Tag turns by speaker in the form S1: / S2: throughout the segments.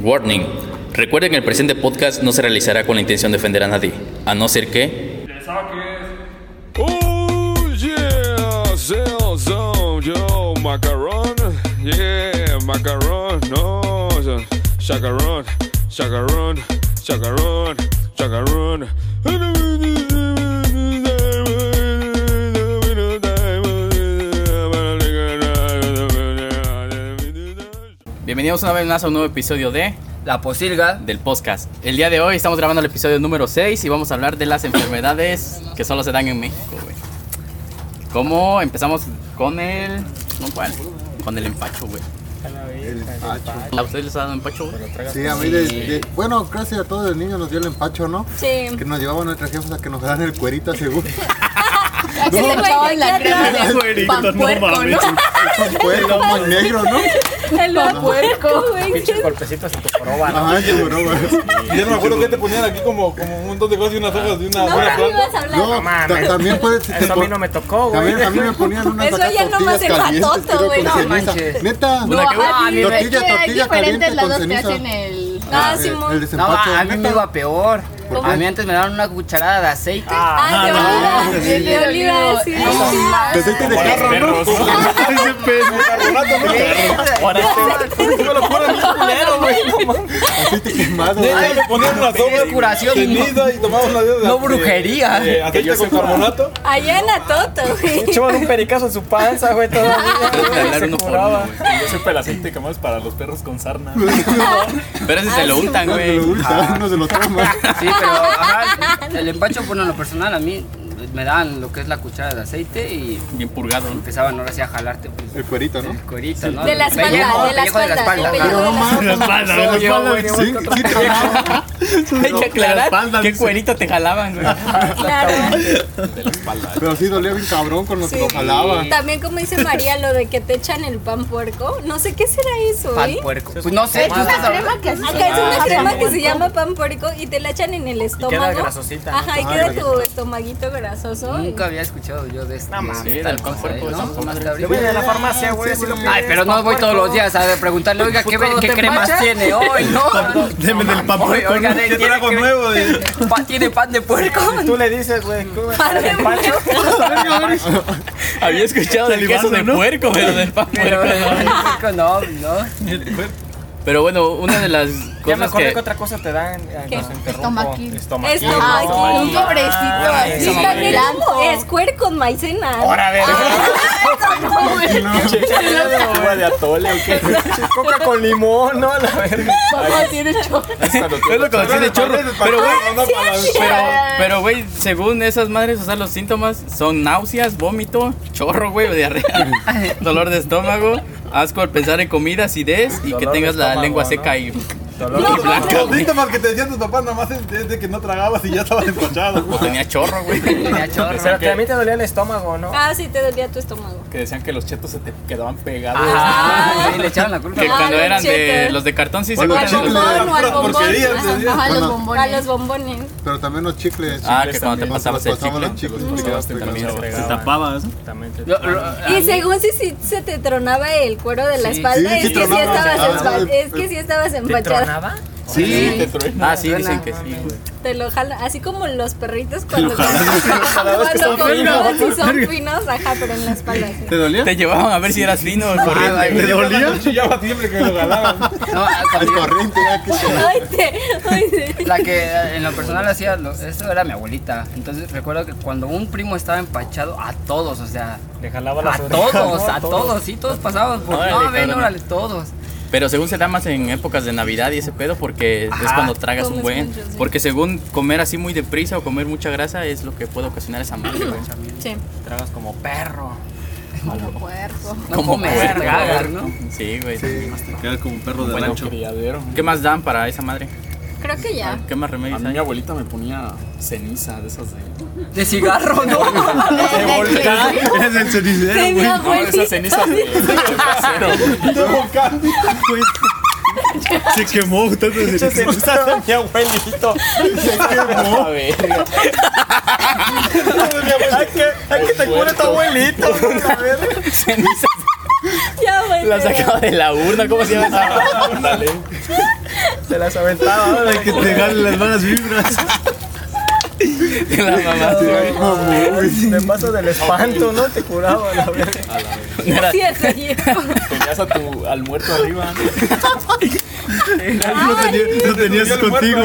S1: Warning. Recuerden que el presente podcast no se realizará con la intención de ofender a nadie, a no ser que...
S2: ¡Le saques!
S3: Oh yeah, sell some yo macaron, yeah macaron, no chacaron, chacaron, chacaron, chacaron.
S1: Bienvenidos una vez más a un nuevo episodio de...
S4: La posilga.
S1: Del podcast. El día de hoy estamos grabando el episodio número 6 y vamos a hablar de las enfermedades que solo se dan en México, güey. ¿Cómo empezamos con el... ¿Con cuál? Con el empacho, güey. ¿A ustedes les ha dado empacho, güey?
S5: Sí, a mí de, de- bueno, gracias a todos los niños nos dio el empacho, ¿no?
S6: Sí.
S5: Que nos llevaban nuestras jefas a que nos dan el cuerito seguro.
S6: Así le echaban la crema
S5: no,
S6: de pan puerco, ¿no?
S5: Un puerco pan negro, ¿no?
S6: El pan puerco, güey.
S4: Golpecitos en tu joroba.
S5: Ajá, seguro, güey.
S7: Yo no me acuerdo que te ponían aquí como, como un montón de cosas y unas hojas de una
S6: No,
S7: buena
S6: no
S7: planta.
S6: ibas a hablar.
S5: No, ta-
S4: mames.
S5: también puedes... te
S4: Eso a
S5: pon-
S4: mí no me tocó, güey.
S5: También a mí me ponían unas
S6: Eso
S5: acá
S6: ya no
S5: tortillas
S6: más
S5: calientes,
S6: empatoso,
S5: pero
S6: güey,
S5: con
S6: no
S5: ceniza.
S4: manches.
S5: Neta.
S1: Una que-
S6: ah,
S4: a mí me-
S5: tortilla, tortilla caliente con ceniza.
S6: el.
S5: Ah,
S6: Ah,
S5: el-
S6: Simón.
S5: El
S4: No,
S5: desempacho.
S4: a mí me iba peor.
S5: ¿Cómo?
S4: A mí antes me daban una cucharada de aceite.
S6: Ah, de
S5: no,
S6: oliva.
S5: sí.
S6: De oliva, sí.
S5: Te aceite de carro, ¿no? Ese pedo.
S7: Me lo ponen bien culero, güey. No mames.
S5: Aceite quemado,
S7: Neta,
S5: güey.
S7: le ponían unas hojas
S4: Es curación,
S7: ceniza y tomaban una de
S4: No brujería.
S8: Eh,
S7: de aceite con carbonato.
S6: Allá en Atoto, güey.
S9: Echaban un pericazo en su panza, güey, todo.
S1: Hablar uno por uno, güey.
S8: Yo supe el aceite que más para los perros con sarna.
S1: Pero ese se lo untan,
S5: No se
S1: güey.
S5: lo gusta, no se lo toma.
S4: Sí, pero ajá, el empacho, bueno, en lo personal, a mí me daban lo que es la cuchara de aceite y
S1: Bien purgado, ¿no?
S4: empezaban ahora sí a jalarte pues,
S5: El cuerito, ¿no?
S4: el cuerito, ¿no?
S6: De la
S4: El
S6: espalda,
S4: pellejo,
S6: de la
S4: pellejo de la espalda.
S6: espalda.
S4: ajá.
S5: Pero no mames.
S1: Hay
S5: Sí, sí, tronaba.
S1: que aclarar qué cuerito te jalaban, güey.
S6: Claro.
S5: Pero sí dolía bien cabrón con lo que
S6: Sí.
S5: lo jalaba.
S6: También como dice María, lo de que te echan el pan puerco. No sé qué será eso,
S4: Pan
S6: ¿eh?
S4: puerco. Pues no sé, tú estás hablando-
S6: Acá es una crema que se llama pan puerco y te la echan en el estómago.
S9: grasosita, ¿no?
S6: Ajá, y
S5: Ah,
S6: queda tu
S5: grasosita.
S6: estomaguito grasoso.
S5: Mm,
S4: Nunca había escuchado yo de esto.
S9: No mames,
S1: Sí, el pan puerco, esa
S4: Hasta
S1: madre.
S4: ahorita.
S9: voy a la farmacia, güey,
S5: Sí,
S9: así lo
S5: güey.
S9: pido.
S4: Ay, pero no voy todos los días a preguntarle, oiga, ¿qué, ve- qué cremas tiene hoy, no?
S8: Deme del pan
S4: Oiga, oiga, ¿tiene,
S7: Trago
S4: cre-
S7: nuevo de...
S4: pa- ¿tiene pan de puerco?
S9: Tú le dices, güey, ¿cómo es
S6: Pan de
S9: el pancho?
S1: Había escuchado del queso de puerco, pero del pan
S4: Pero
S1: puerco
S4: de
S1: no.
S4: puerco no, no.
S1: Pero bueno, una de las
S9: Ya me
S1: cosas
S9: acordé
S1: que...
S9: que otra cosa te dan. eh,
S6: ¿Qué?
S9: nos interrumpo. Oh, Estomaquil.
S6: Esto
S4: Ah,
S6: aquí.
S9: Un
S6: sobrecito
S9: así,
S6: también como square con maicena. Ah,
S9: Ahora, a ver,
S8: Agua de atole o qué.
S9: coca con limón, ¿no? A la verga.
S1: Es lo que decía de chorro. Pero, güey,
S6: Ah,
S1: pero, pero, güey, según esas madres, o sea, los síntomas son náuseas, vómito, chorro, güey, diarrea, dolor de estómago, asco al pensar en comida, acidez y que
S9: Dolor de
S1: tengas la
S9: estómago,
S1: lengua
S9: ¿no?
S1: seca y,
S9: Dolor
S1: y
S9: de
S1: blanca,
S7: Los
S1: güey.
S7: síntomas que te decían tus papás nada más es de- de que no tragabas y ya estabas empachado.
S1: O tenía chorro, güey.
S4: Tenía chorro.
S9: Pero que a mí te dolía el estómago, ¿no?
S6: Ah, sí, te dolía tu estómago.
S8: Que decían que los chetos se te quedaban pegados.
S4: Ah, sí, le echaron la culpa.
S1: Que cuando
S6: Ah,
S1: eran de
S6: chetos.
S1: los de cartón, sí se
S5: Bueno,
S6: Al
S1: acuerdan de
S5: chicle.
S1: los-
S6: bombón o al
S7: Puras
S6: bombón.
S7: porquerías, te
S6: Ajá.
S7: decían.
S5: A los bombones.
S6: A los bombones.
S5: Pero también los chicles.
S1: Ah, que cuando te
S5: Cuando
S1: pasabas
S5: nos
S1: el chicle,
S5: pasamos los chicles,
S1: te
S5: te
S1: quedaste
S5: quedaste
S1: también
S5: pegado.
S1: pegado.
S9: Se
S8: tapabas.
S9: También te-
S4: Lo- lo- a
S6: Y
S4: mí-
S6: según si, si se te tronaba el cuero de la
S4: Sí.
S6: espalda,
S5: Sí, sí
S6: es, que sí
S5: tronaba.
S6: estabas
S5: Ah,
S6: empa- es que sí estabas
S4: ¿Te
S6: empachada.
S4: tronaba?
S1: Sí,
S5: Sí,
S1: Ah, sí, dicen que sí, güey.
S6: Te lo jalan, así como los perritos cuando cuando compras y son finos, ajá, pero en la espalda. sí.
S5: ¿Te dolía?
S1: Te llevaban a ver si eras fino o
S4: Ay,
S1: corriente.
S4: güey.
S7: dolía? Chillaba siempre que me lo ganaban.
S4: No,
S5: Al
S4: cuando yo-
S5: corriente, ya que
S6: Ay, te, ay, te-
S4: La que eh, en lo personal hacía, lo- eso era mi abuelita. Entonces recuerdo que cuando un primo estaba empachado, a todos, o sea,
S9: Le jalaba
S4: a
S9: las orejas.
S4: todos,
S9: ¿no?
S4: a todos, sí, todos pasábamos por.
S1: Órale,
S4: No, ven,
S1: cabrón.
S4: órale, todos.
S1: Pero según se da más en épocas de Navidad y ese pedo, porque es
S4: Ajá.
S1: cuando tragas un
S6: Comes
S1: buen.
S6: mucho, sí.
S1: Porque según comer así muy deprisa o comer mucha grasa es lo que puede ocasionar esa madre, güey.
S6: sí.
S9: Tragas como perro.
S4: No
S1: Como
S4: comes,
S1: puerco,
S4: cagas, ¿no?
S1: Sí, güey.
S8: Quedas como un perro de
S1: Bueno,
S8: rancho. Criadero.
S1: ¿Qué más dan para esa madre?
S6: Creo que ya.
S1: ¿Qué más
S8: A
S1: remedios
S8: mí
S1: hay?
S8: mi abuelita me ponía ceniza de esas de...
S4: De cigarro, ¿no?
S7: Eres el cenicero.
S6: De
S8: No,
S6: mi
S8: de
S6: abuelita.
S8: esas cenizas de... de casero.
S7: Se quemó tanto de
S9: Se gusta mi abuelito.
S8: A ver,
S9: Ay, que, ay, que te cure tu abuelito. ¿no? A ver.
S6: Ya, güey.
S1: La sacaba de la urna, ¿cómo se llama esa?
S8: ándale.
S10: Te las aventaba.
S3: Ay, que te ganen las malas vibras.
S1: Te la mamaste, güey.
S10: Me paso del espanto, ¿no? Te curaba, la verdad.
S1: Era-
S6: Sí, es ayer.
S8: Tenías a tu, al muerto arriba.
S3: Lo tenía- lo tenías contigo.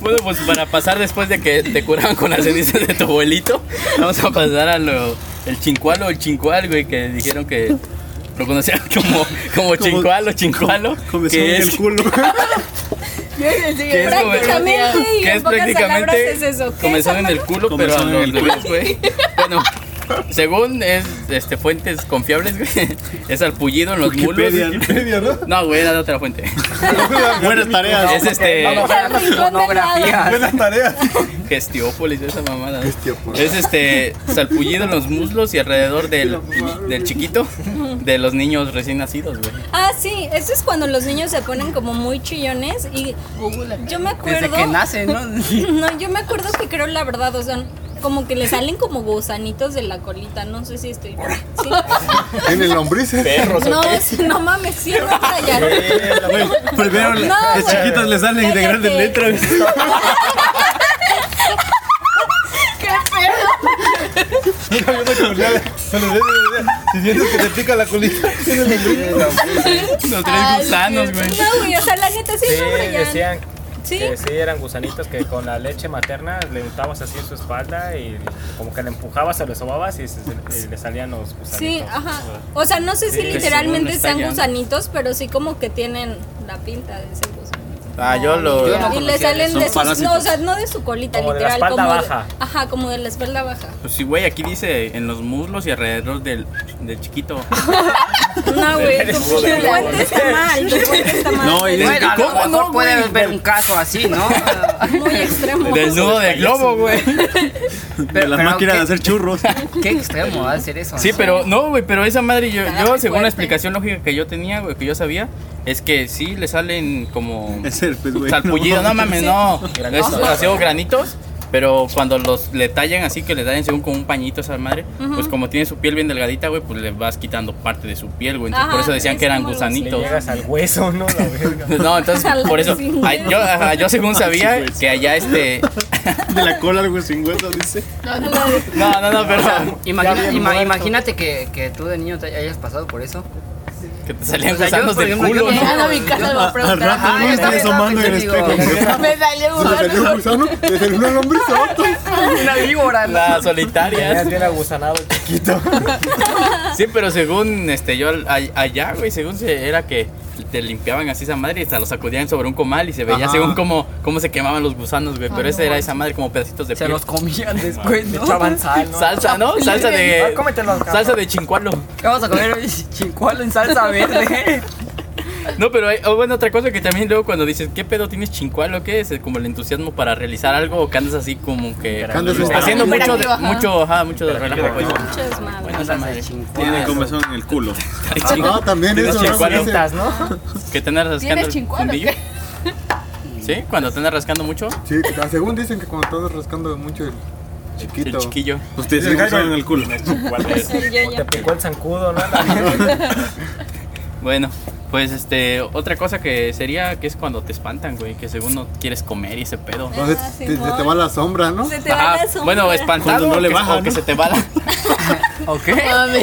S1: Bueno, pues para pasar después de que te curaban con las cenizas de tu abuelito, vamos a pasar a lo. El chincualo o el chincual, güey, que dijeron que lo conocían como, como chincualo, chincualo.
S3: Como
S1: que
S3: el culo.
S1: que es como-
S6: prácticamente, y
S1: que
S6: en
S1: es
S6: pocas palabras es
S1: prácticamente
S6: eso. ¿Qué
S1: comenzón
S6: es
S1: en el culo, pero a
S3: Comezón en
S1: los
S3: el culo.
S1: bebés, güey. Bueno, según es este fuentes confiables, güey, es arpullido en los mulos.
S3: Wikipedia, ¿no?
S1: No, güey, era de otra fuente.
S3: Buenas tareas.
S1: es este
S4: Pornografía.
S10: Buenas tareas.
S1: gestiópolis esa mamada. Es este salpullido en los muslos y alrededor del, del chiquito de los niños recién nacidos, güey.
S6: Ah, sí, eso es cuando los niños se ponen como muy chillones y yo me acuerdo...
S4: Desde que nace, ¿no?
S6: No, yo me acuerdo que creo la verdad, o sea, como que le salen como gusanitos de la colita, no sé si estoy... ¿sí?
S9: En el lombriz.
S5: ¿eh?
S8: Perros.
S6: No, no mames, cierra para allá.
S3: Güey, Primero
S6: No,
S3: las
S6: güey.
S3: chiquitas le salen de
S6: Cállate.
S3: grandes letras.
S6: ¡Qué feo!
S11: Si sientes que te pica la colita.
S1: Los tres
S6: Ay,
S1: gusanos, güey.
S6: Dios. No, güey, o sea, la neta sí,
S10: Sí,
S6: no, hombre, ya.
S9: decían
S6: Sí.
S9: que sí eran gusanitos que con la leche materna le untabas así en su espalda y como que le empujabas o le sobabas y, se- se- y le salían los gusanitos.
S6: Sí, ajá. O sea, no sé si
S1: Sí,
S6: literalmente
S1: según está
S6: sean
S1: ya.
S6: gusanitos, pero sí como que tienen la pinta de ser gusanitos.
S1: Ah, yo lo
S4: Yo no
S6: y
S4: conocía
S6: le salen
S3: eso.
S6: de
S3: Son
S6: sus, no, o sea, no de su colita,
S9: Como de la
S6: literal,
S9: espalda
S6: como
S9: baja.
S6: de, ajá, como de la espalda baja.
S1: pues sí, güey, aquí dice en los muslos y alrededor del, del chiquito.
S6: No, güey, tu tu fuente está mal, tu fuente está mal.
S3: No, y de-
S4: Bueno, a lo
S1: ¿Cómo
S4: mejor
S1: no,
S4: puede
S1: güey?
S4: ver un caso así, ¿no?
S6: muy extremo.
S1: Del nudo de globo, güey.
S3: de las
S4: pero
S3: máquinas
S4: ¿qué?
S3: de hacer churros.
S4: Qué extremo va a ser eso.
S1: Sí,
S4: ¿no?
S1: pero no, güey, pero esa madre yo,
S6: Está
S1: yo según
S6: muy fuerte.
S1: la explicación lógica que yo tenía, güey, que yo sabía, es que sí le salen como
S3: Es herpes, güey.
S1: salpullido, no mames, no. Es demasiado granitos, pero cuando los le tallan así que le tallan según con un pañito a esa madre, pues como tiene su piel bien delgadita, güey, pues le vas quitando parte de su piel, güey. Entonces
S6: Ajá,
S1: por eso decían
S6: es
S1: que eran
S6: como algo así.
S9: Le
S1: gusanitos.
S9: llegas al hueso, ¿no? La verga.
S1: No, entonces
S6: A la
S1: por eso
S6: chingada.
S1: ay, yo, ajá, yo según sabía
S3: güey.
S1: que allá este
S3: De la cola algo sin hueso, dice.
S1: No, no, no, pero
S4: Imagina- ima- imagínate que, que tú de niño te hayas pasado por eso.
S1: que te salían
S4: O sea, yo,
S1: gusanos
S4: por
S1: del
S4: ejemplo,
S1: culo, ¿no?
S4: yo- Llegan a
S6: mi casa
S3: A- Al rato
S4: Ah,
S3: no
S4: yo
S3: estás
S4: también
S3: asomando en el
S4: estaba
S3: espejo.
S4: pensando, digo,
S6: Me salió
S9: Le salió un gusano, le salió un lombrizote.
S4: Una víbora. ¿no?
S1: Las
S9: Tenías
S1: solitarias.
S9: bien agusanado el chiquito.
S1: Sí, pero según este yo al- a- allá, güey, según se, era que te limpiaban así esa madre y hasta lo sacudían sobre un comal y se veía
S3: Ajá.
S1: según cómo, cómo se quemaban los gusanos, güey. Pero esa era esa madre como pedacitos de
S4: Se
S1: piel.
S4: los comían después,
S9: Le
S4: ¿no?
S9: echaban sal, ¿no?
S1: Salsa, ¿no? Salsa de.
S9: Ah, cómetelo, cabrón.
S1: salsa de chincualo.
S4: ¿Qué vamos a comer hoy? Chincualo en salsa verde.
S1: No, pero hay, oh, bueno, otra cosa que también luego cuando dices, ¿qué pedo tienes chincualo? ¿Qué es? Como el entusiasmo para realizar algo o que andas así como que.
S9: Andas
S1: haciendo mucho, de-
S6: hiperactivo, ajá.
S1: mucho, ajá, mucho de relajo, pues.
S6: Muchas madres.
S1: Bueno, esa madre. Ah,
S3: Tiene comezón en el culo.
S5: Ah,
S9: No, también
S1: Tienes
S9: eso, ¿no?
S1: chincualo.
S9: Cintas, ¿no?
S1: Que te andas rascando el
S6: chincualo,
S1: fundillo. ¿Sí? Cuando te andas rascando mucho,
S5: Sí, que- según dicen que cuando estás rascando mucho el
S1: el
S5: chiquito.
S1: chiquillo.
S3: Ustedes tienen comezón en el culo.
S6: Pues Ya,
S9: Te
S6: ya.
S9: picó el zancudo, ¿no?
S1: Bueno, pues este, otra cosa que sería que es cuando te espantan, güey, que según no quieres comer y ese pedo.
S5: Entonces
S6: Ah,
S5: te,
S6: Simón.
S5: se te va la sombra, ¿no?
S6: Se te va
S1: Ajá,
S6: la sombra.
S1: Ah, bueno, espantado
S3: Cuando no
S1: o
S3: le
S1: que-
S3: baja,
S1: o que
S3: ¿no?
S1: se te va la-
S4: ¿O qué?
S6: Mami.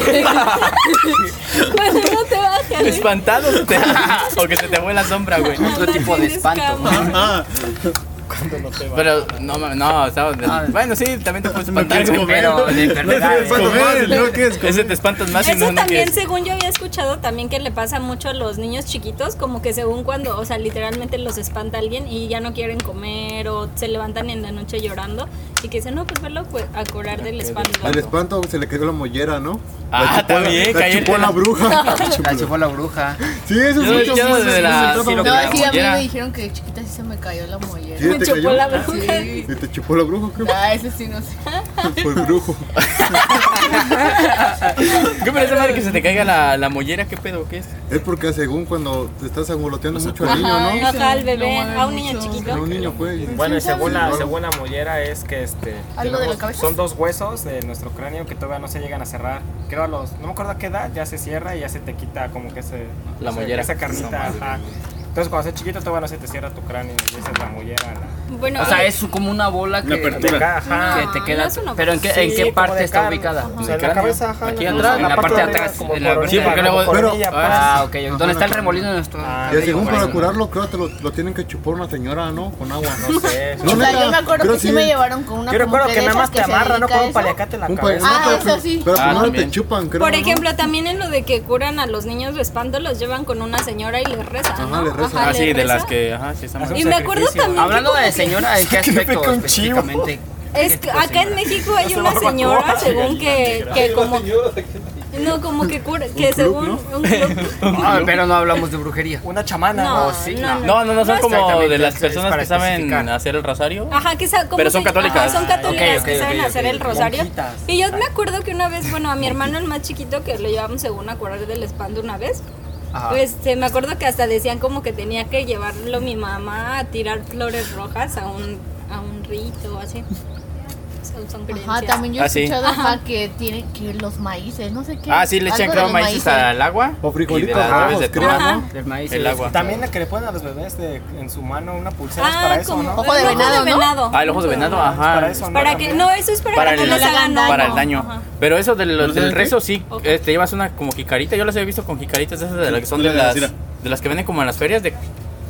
S6: Cuando no te bajan.
S1: espantado se te- o que se te fue la sombra, güey.
S4: Otro tipo de espanto.
S3: Ah,
S1: Pero no mames, no, estaba de-
S4: Ah.
S1: bueno, sí, también te puedes
S3: no
S1: espantar,
S3: quieres
S1: güey,
S4: Pero
S3: comer.
S4: de enfermedades.
S3: Comer, no quieres
S1: pero ese te espantas más y
S6: Eso
S1: Ah, no, no
S6: también,
S1: quieres.
S6: según yo había escuchado, también que le pasa mucho a los niños chiquitos, como que según cuando, o sea, literalmente los espanta alguien y ya no quieren comer o se levantan en la noche llorando y que dicen, no, pues velo a curar del espanto.
S5: Al espanto se le quedó la mollera, ¿no?
S1: Ah,
S5: la chupó, la-
S1: también,
S5: la,
S1: cállate.
S5: chupó la bruja.
S4: La chupó la bruja.
S5: Sí, eso es
S1: Yo-
S5: mucho
S1: yo
S5: más-
S1: desde la-
S5: más-
S1: sí lo creo.
S5: más-
S12: No, sí, a mí
S1: mollera.
S12: me dijeron que de chiquita sí se me cayó la mollera.
S5: Sí,
S6: Me
S5: te
S6: chupó
S5: cayó.
S6: la bruja.
S12: Sí.
S5: Y te chupó la bruja, creo.
S12: Ah, ese sí no sé.
S5: Por brujo.
S1: ¿Qué pero esa madre que se te caiga la, la mollera? ¿Qué pedo? ¿Qué es?
S5: Es porque según cuando te estás angoloteando mucho al niño,
S12: Ajá,
S5: ¿no?
S12: eso,
S6: Ajá, al bebé,
S12: lo mueve
S6: a un niño
S12: mucho.
S5: A
S6: chiquito.
S5: un niño fue. y-
S9: Bueno, y
S12: ¿Quién
S9: según
S5: sabe?
S9: la, según la mollera es que este
S12: ¿Algo de la cabeza?
S9: son dos huesos de nuestro cráneo que todavía no se llegan a cerrar. Creo a los, no me acuerdo a qué edad, ya se cierra y ya se te quita como que ese,
S1: La
S9: ese-
S1: mollera.
S9: esa carnita. ajá. Entonces, cuando seas chiquito, todavía no se te cierra tu cráneo. Y esa es la mollera. La...
S6: Bueno,
S4: o sea,
S6: eh,
S4: es como una bola que,
S9: Una apertura.
S4: que-
S9: Ajá.
S4: que te queda.
S6: No, es una
S4: pero ¿en qué, en
S6: sí,
S4: qué
S6: como
S4: parte
S6: de
S4: está
S6: carne,
S4: ubicada?
S6: ajá.
S4: ¿En
S6: En la
S4: cráneo?
S6: cabeza, ajá,
S4: Aquí
S6: en la
S4: atrás, en la parte de
S6: arriba,
S4: atrás.
S6: como
S4: en la
S6: por
S4: parte
S6: arriba,
S4: de
S6: como por
S4: Pero-
S6: orilla,
S4: Ah,
S6: pues.
S4: ok. ¿Dónde está el remolino de nuestro.?
S5: Y según para curarlo, creo que lo, lo tienen que chupar una señora, ¿no? Con agua.
S9: sé.
S5: No
S12: o sea, yo me acuerdo que sí, me llevaron con una
S10: Yo recuerdo
S12: como
S10: que nada
S12: de
S10: más
S12: esas
S10: te
S12: se
S10: amarran, ¿no?
S12: dedica
S10: Con
S12: a
S10: un
S12: eso.
S10: paliacate en la
S5: Un
S10: cabeza.
S5: pa-
S12: Ah,
S5: no, pero-
S12: eso sí.
S5: Pero
S12: Ah,
S5: primero
S12: también.
S5: te chupan, creo.
S6: Por
S5: ¿no?
S6: ejemplo, también en lo de que curan a los niños de espanto, los llevan con una señora y les rezan.
S5: Ajá,
S6: ¿no?
S5: le rezan.
S6: Ajá,
S1: Ah, sí,
S6: les
S1: de las
S6: rezan.
S1: que. Ajá, sí, están
S6: Y me acuerdo también. que
S4: Hablando
S6: como
S4: de
S6: que-
S4: señora, ¿en qué aspecto específicamente?
S6: Es
S1: Este
S6: que acá en México hay
S4: Hace
S6: una
S4: barbacoa,
S6: señora,
S4: sí,
S6: según que, que como.
S11: Yo
S6: No, como que cura. Que según. un club-
S4: Ah, pero no hablamos de brujería.
S10: Una chamana.
S6: No,
S4: Oh, sí,
S6: no,
S1: No, no, no son como
S4: exactamente,
S1: de las
S4: es- es
S1: personas
S4: para
S1: que saben
S4: especificar.
S1: hacer el rosario.
S6: Ajá, que sa- ¿cómo
S1: Pero son
S6: se-
S1: católicas.
S6: ajá, son católicas
S1: Ah, ok,
S6: que
S1: ok,
S6: saben
S1: ok,
S6: hacer el
S1: ok.
S6: rosario.
S10: Monjitas.
S6: Y yo me acuerdo que una vez, bueno, a mi hermano el más chiquito que lo llevamos según a curar del espanto una vez.
S1: Ah.
S4: Ajá.
S6: Este, me acuerdo que hasta decían como que tenía que llevarlo mi mamá a tirar flores rojas a un, a un rito, así. Son, son creencias.
S12: Ajá, también yo he
S1: Ah, sí.
S12: escuchado ajá, que tienen que los maíces, no sé qué.
S1: Ah, sí, le echan
S12: algo de
S1: creo
S12: los
S1: maíces al agua.
S5: O Ah, frijolitos
S1: y de las
S5: rojos,
S1: aves de
S5: creo,
S1: tierra.
S5: ¿no?
S4: Del maíz.
S1: El
S4: y-
S1: agua.
S9: También la que le ponen a los bebés de- en su mano una pulsera es
S6: Ah,
S9: para eso,
S6: como
S9: ¿no?
S12: Ojo de
S6: el
S12: venado, ¿no?
S1: Ah, el ojo de venado,
S9: Es Para
S1: ajá.
S9: eso, ¿no?
S6: Para que,
S9: También.
S6: no, eso es para,
S1: Para
S6: que no
S1: el-
S6: les hagan daño.
S1: Para el daño.
S6: Ajá.
S1: Pero eso del,
S3: ¿No sé
S1: del
S3: de
S1: rezo sí,
S6: Ok.
S1: eh, te llevas una como jicarita. Yo las he visto con jicaritas de esas de las que son
S3: Sí,
S1: de
S3: mira,
S1: las,
S3: mira.
S1: de las que venden como en las ferias de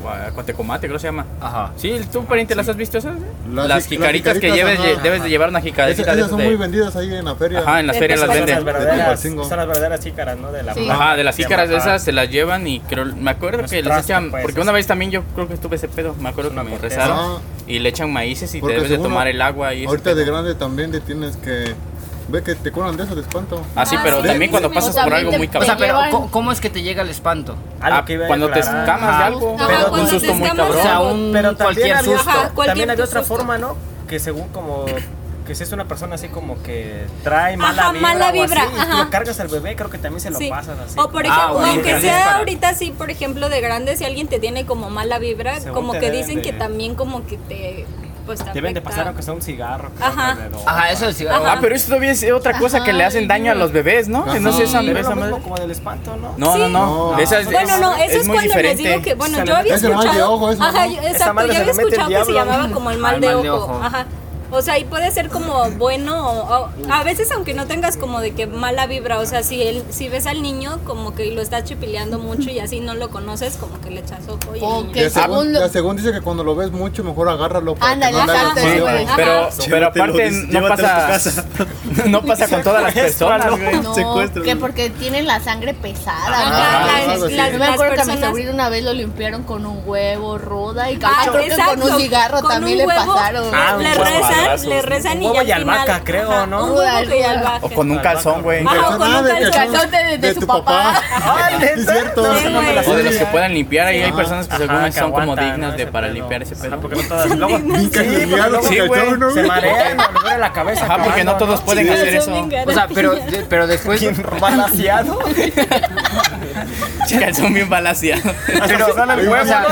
S1: Gua- Cuatecomate, creo que se llama.
S4: Ajá.
S1: Sí, tú, pariente, ¿las has visto esas?
S5: Ah, Las
S1: Las,
S5: jic-
S1: jicaritas
S5: las
S1: que lleves,
S5: jicaritas, ajá.
S1: lle- debes de llevar una
S5: Esas-
S1: jicarita.
S5: Esas,
S1: de esas
S5: son
S1: de-
S5: muy vendidas ahí en la feria.
S1: Ajá, en las
S6: De
S1: ferias las
S6: peso.
S9: Son las
S1: venden.
S9: verdaderas,
S5: Tepalcingo.
S9: son las verdaderas jícaras, ¿no? De la
S12: Sí.
S1: Ajá, de las
S9: jícaras
S1: jícaras esas se las llevan y creo, me acuerdo
S9: Los
S1: que les
S9: trastos,
S1: echan,
S9: pues,
S1: porque
S9: esos.
S1: una vez también yo creo que estuve ese pedo, me acuerdo que
S9: Una
S1: me
S9: corteza.
S1: rezaron
S5: Ah.
S1: y le echan maíces y te
S5: Porque
S1: debes de
S5: según
S1: tomar
S5: lo-
S1: el agua y ese
S5: Ahorita de
S1: pedo.
S5: grande también te tienes que. Ve que te curan de eso, de espanto.
S1: Ah, sí,
S6: Ah,
S1: pero
S6: sí,
S1: también
S6: sí,
S1: cuando
S6: sí,
S1: pasas
S12: o sea,
S1: por algo
S12: te-
S1: muy
S12: te
S4: O
S1: cabrón.
S4: sea, pero
S12: llevan-
S4: ¿cómo- ¿cómo es que te llega el espanto?
S1: Ah, cuando te escamas de algo, pues,
S6: Ajá,
S1: pero
S6: cuando
S1: un
S6: te
S1: susto muy
S6: escamas de
S1: cabrón.
S4: O sea, un
S9: Pero también
S4: cualquier
S9: había,
S4: susto.
S6: Ajá, cualquier
S9: también había
S6: susto.
S9: otra forma, ¿no? Que según como... Que si es una persona así como que trae mala
S6: Ajá,
S9: vibra
S6: mala
S9: o así,
S6: vibra,
S9: y tú
S6: ajá.
S9: lo cargas al bebé, creo que también se lo
S6: Sí.
S9: pasas así.
S6: O por
S9: Ah,
S6: ejemplo,
S4: bueno,
S6: aunque
S9: también
S6: sea
S9: para-
S6: ahorita sí, por ejemplo, de grande, si alguien te tiene como mala vibra,
S9: Según
S6: como
S9: te
S6: que
S9: deben
S6: dicen
S9: de-
S6: que también como que te pues te
S9: Deben de pasar
S6: afecta.
S9: aunque sea un cigarro. creo,
S6: Ajá.
S9: alrededor,
S4: Ajá, eso
S9: para-
S4: es cigarro.
S1: Ah, pero eso todavía es otra cosa que le hacen daño a los bebés, ¿no?
S5: Ajá.
S1: No sé esa,
S9: Pero es
S1: esa
S9: lo mismo
S1: madre.
S9: como del espanto, ¿no?
S1: No, no, no.
S5: No.
S1: Esa es-
S6: Bueno, no, eso es,
S1: muy
S6: cuando
S1: diferente.
S6: les digo que, bueno,
S9: Se
S6: yo
S9: le-
S6: había
S5: Es el mal de
S6: escuchado,
S5: ojo, eso,
S6: ajá,
S5: ¿no?
S6: yo-
S9: Esa
S6: exacto,
S9: madre
S6: yo
S9: se le
S6: había
S9: mete el
S6: escuchado que se
S9: diablo.
S6: llamaba como el mal,
S4: Al
S6: de, ojo. ajá. O sea, ahí puede ser como bueno, o- o- a veces aunque no tengas como de que mala vibra, o sea, si él, si ves al niño como que lo estás chupileando mucho y así no lo conoces, como que le echas ojo y el
S12: O
S6: niño-
S12: que
S5: Ya
S12: según
S5: según,
S12: lo-
S5: ya según dice que cuando lo ves mucho, mejor agárralo. para que
S12: Ándale,
S5: no le hagas
S12: ajá,
S1: Sí,
S5: daño.
S12: güey.
S1: pero,
S6: Ajá.
S1: pero
S3: Llévatelo,
S1: aparte
S3: dice,
S1: no
S3: llévatelo a tu
S1: pasa,
S3: casa.
S1: no pasa con todas las personas, güey.
S12: No,
S3: Secuestro,
S12: que
S3: ¿no?
S12: porque tienen la sangre pesada.
S6: Ajá,
S12: ¿no?
S6: las-
S5: algo así.
S6: las-
S12: Yo me
S6: las
S12: acuerdo que a mi
S6: personas-
S12: sobrino una vez lo limpiaron con un huevo ruda y
S6: Ah,
S12: ah, creo que con
S6: exacto,
S12: un cigarro
S6: con
S12: también
S6: un
S12: le
S6: huevo,
S12: pasaron.
S9: Ah, un
S6: le
S9: huevo
S6: rezan,
S9: madrazos,
S6: le
S9: un
S6: rezan y
S9: huevo
S6: ya
S9: y
S6: al final-
S9: albahaca, creo,
S6: ajá,
S9: ¿no?
S6: Un huevo y albahaca.
S1: O con un calzón, güey.
S6: Ajá,
S5: Calzón,
S6: o con
S5: ah,
S6: un
S5: de
S6: calzón.
S5: calzón.
S12: Calzote de,
S5: De
S12: tu
S5: tu
S12: papá.
S5: papá.
S9: ¡Ay,
S5: Sí, Es
S9: neta!
S5: cierto.
S9: No,
S6: Sí,
S9: no me la
S1: O de
S9: sabía.
S1: los que puedan limpiar ahí hay
S5: Ajá.
S1: personas que
S9: Ajá,
S1: según
S9: que
S1: son como
S9: aguantan,
S1: dignas
S9: ¿no?
S1: de
S9: Ese
S1: para
S9: pedo.
S1: limpiar ese
S9: Ajá,
S1: pedo.
S9: porque no todas- luego-
S5: Nunca
S9: Sí,
S5: se
S9: porque
S5: guiaron,
S9: luego
S1: Sí, güey.
S5: cachón, ¿no?
S9: se marean, nos duele la cabeza.
S1: Ajá, porque no
S9: acabando,
S1: todos pueden
S6: Sí,
S1: hacer
S6: son
S1: eso.
S6: bien grandes.
S4: O sea, pero, de- pero después.
S9: Bien balaseado.
S1: Calzón bien balaseado.
S9: Pero
S5: el huevo,
S4: o sea,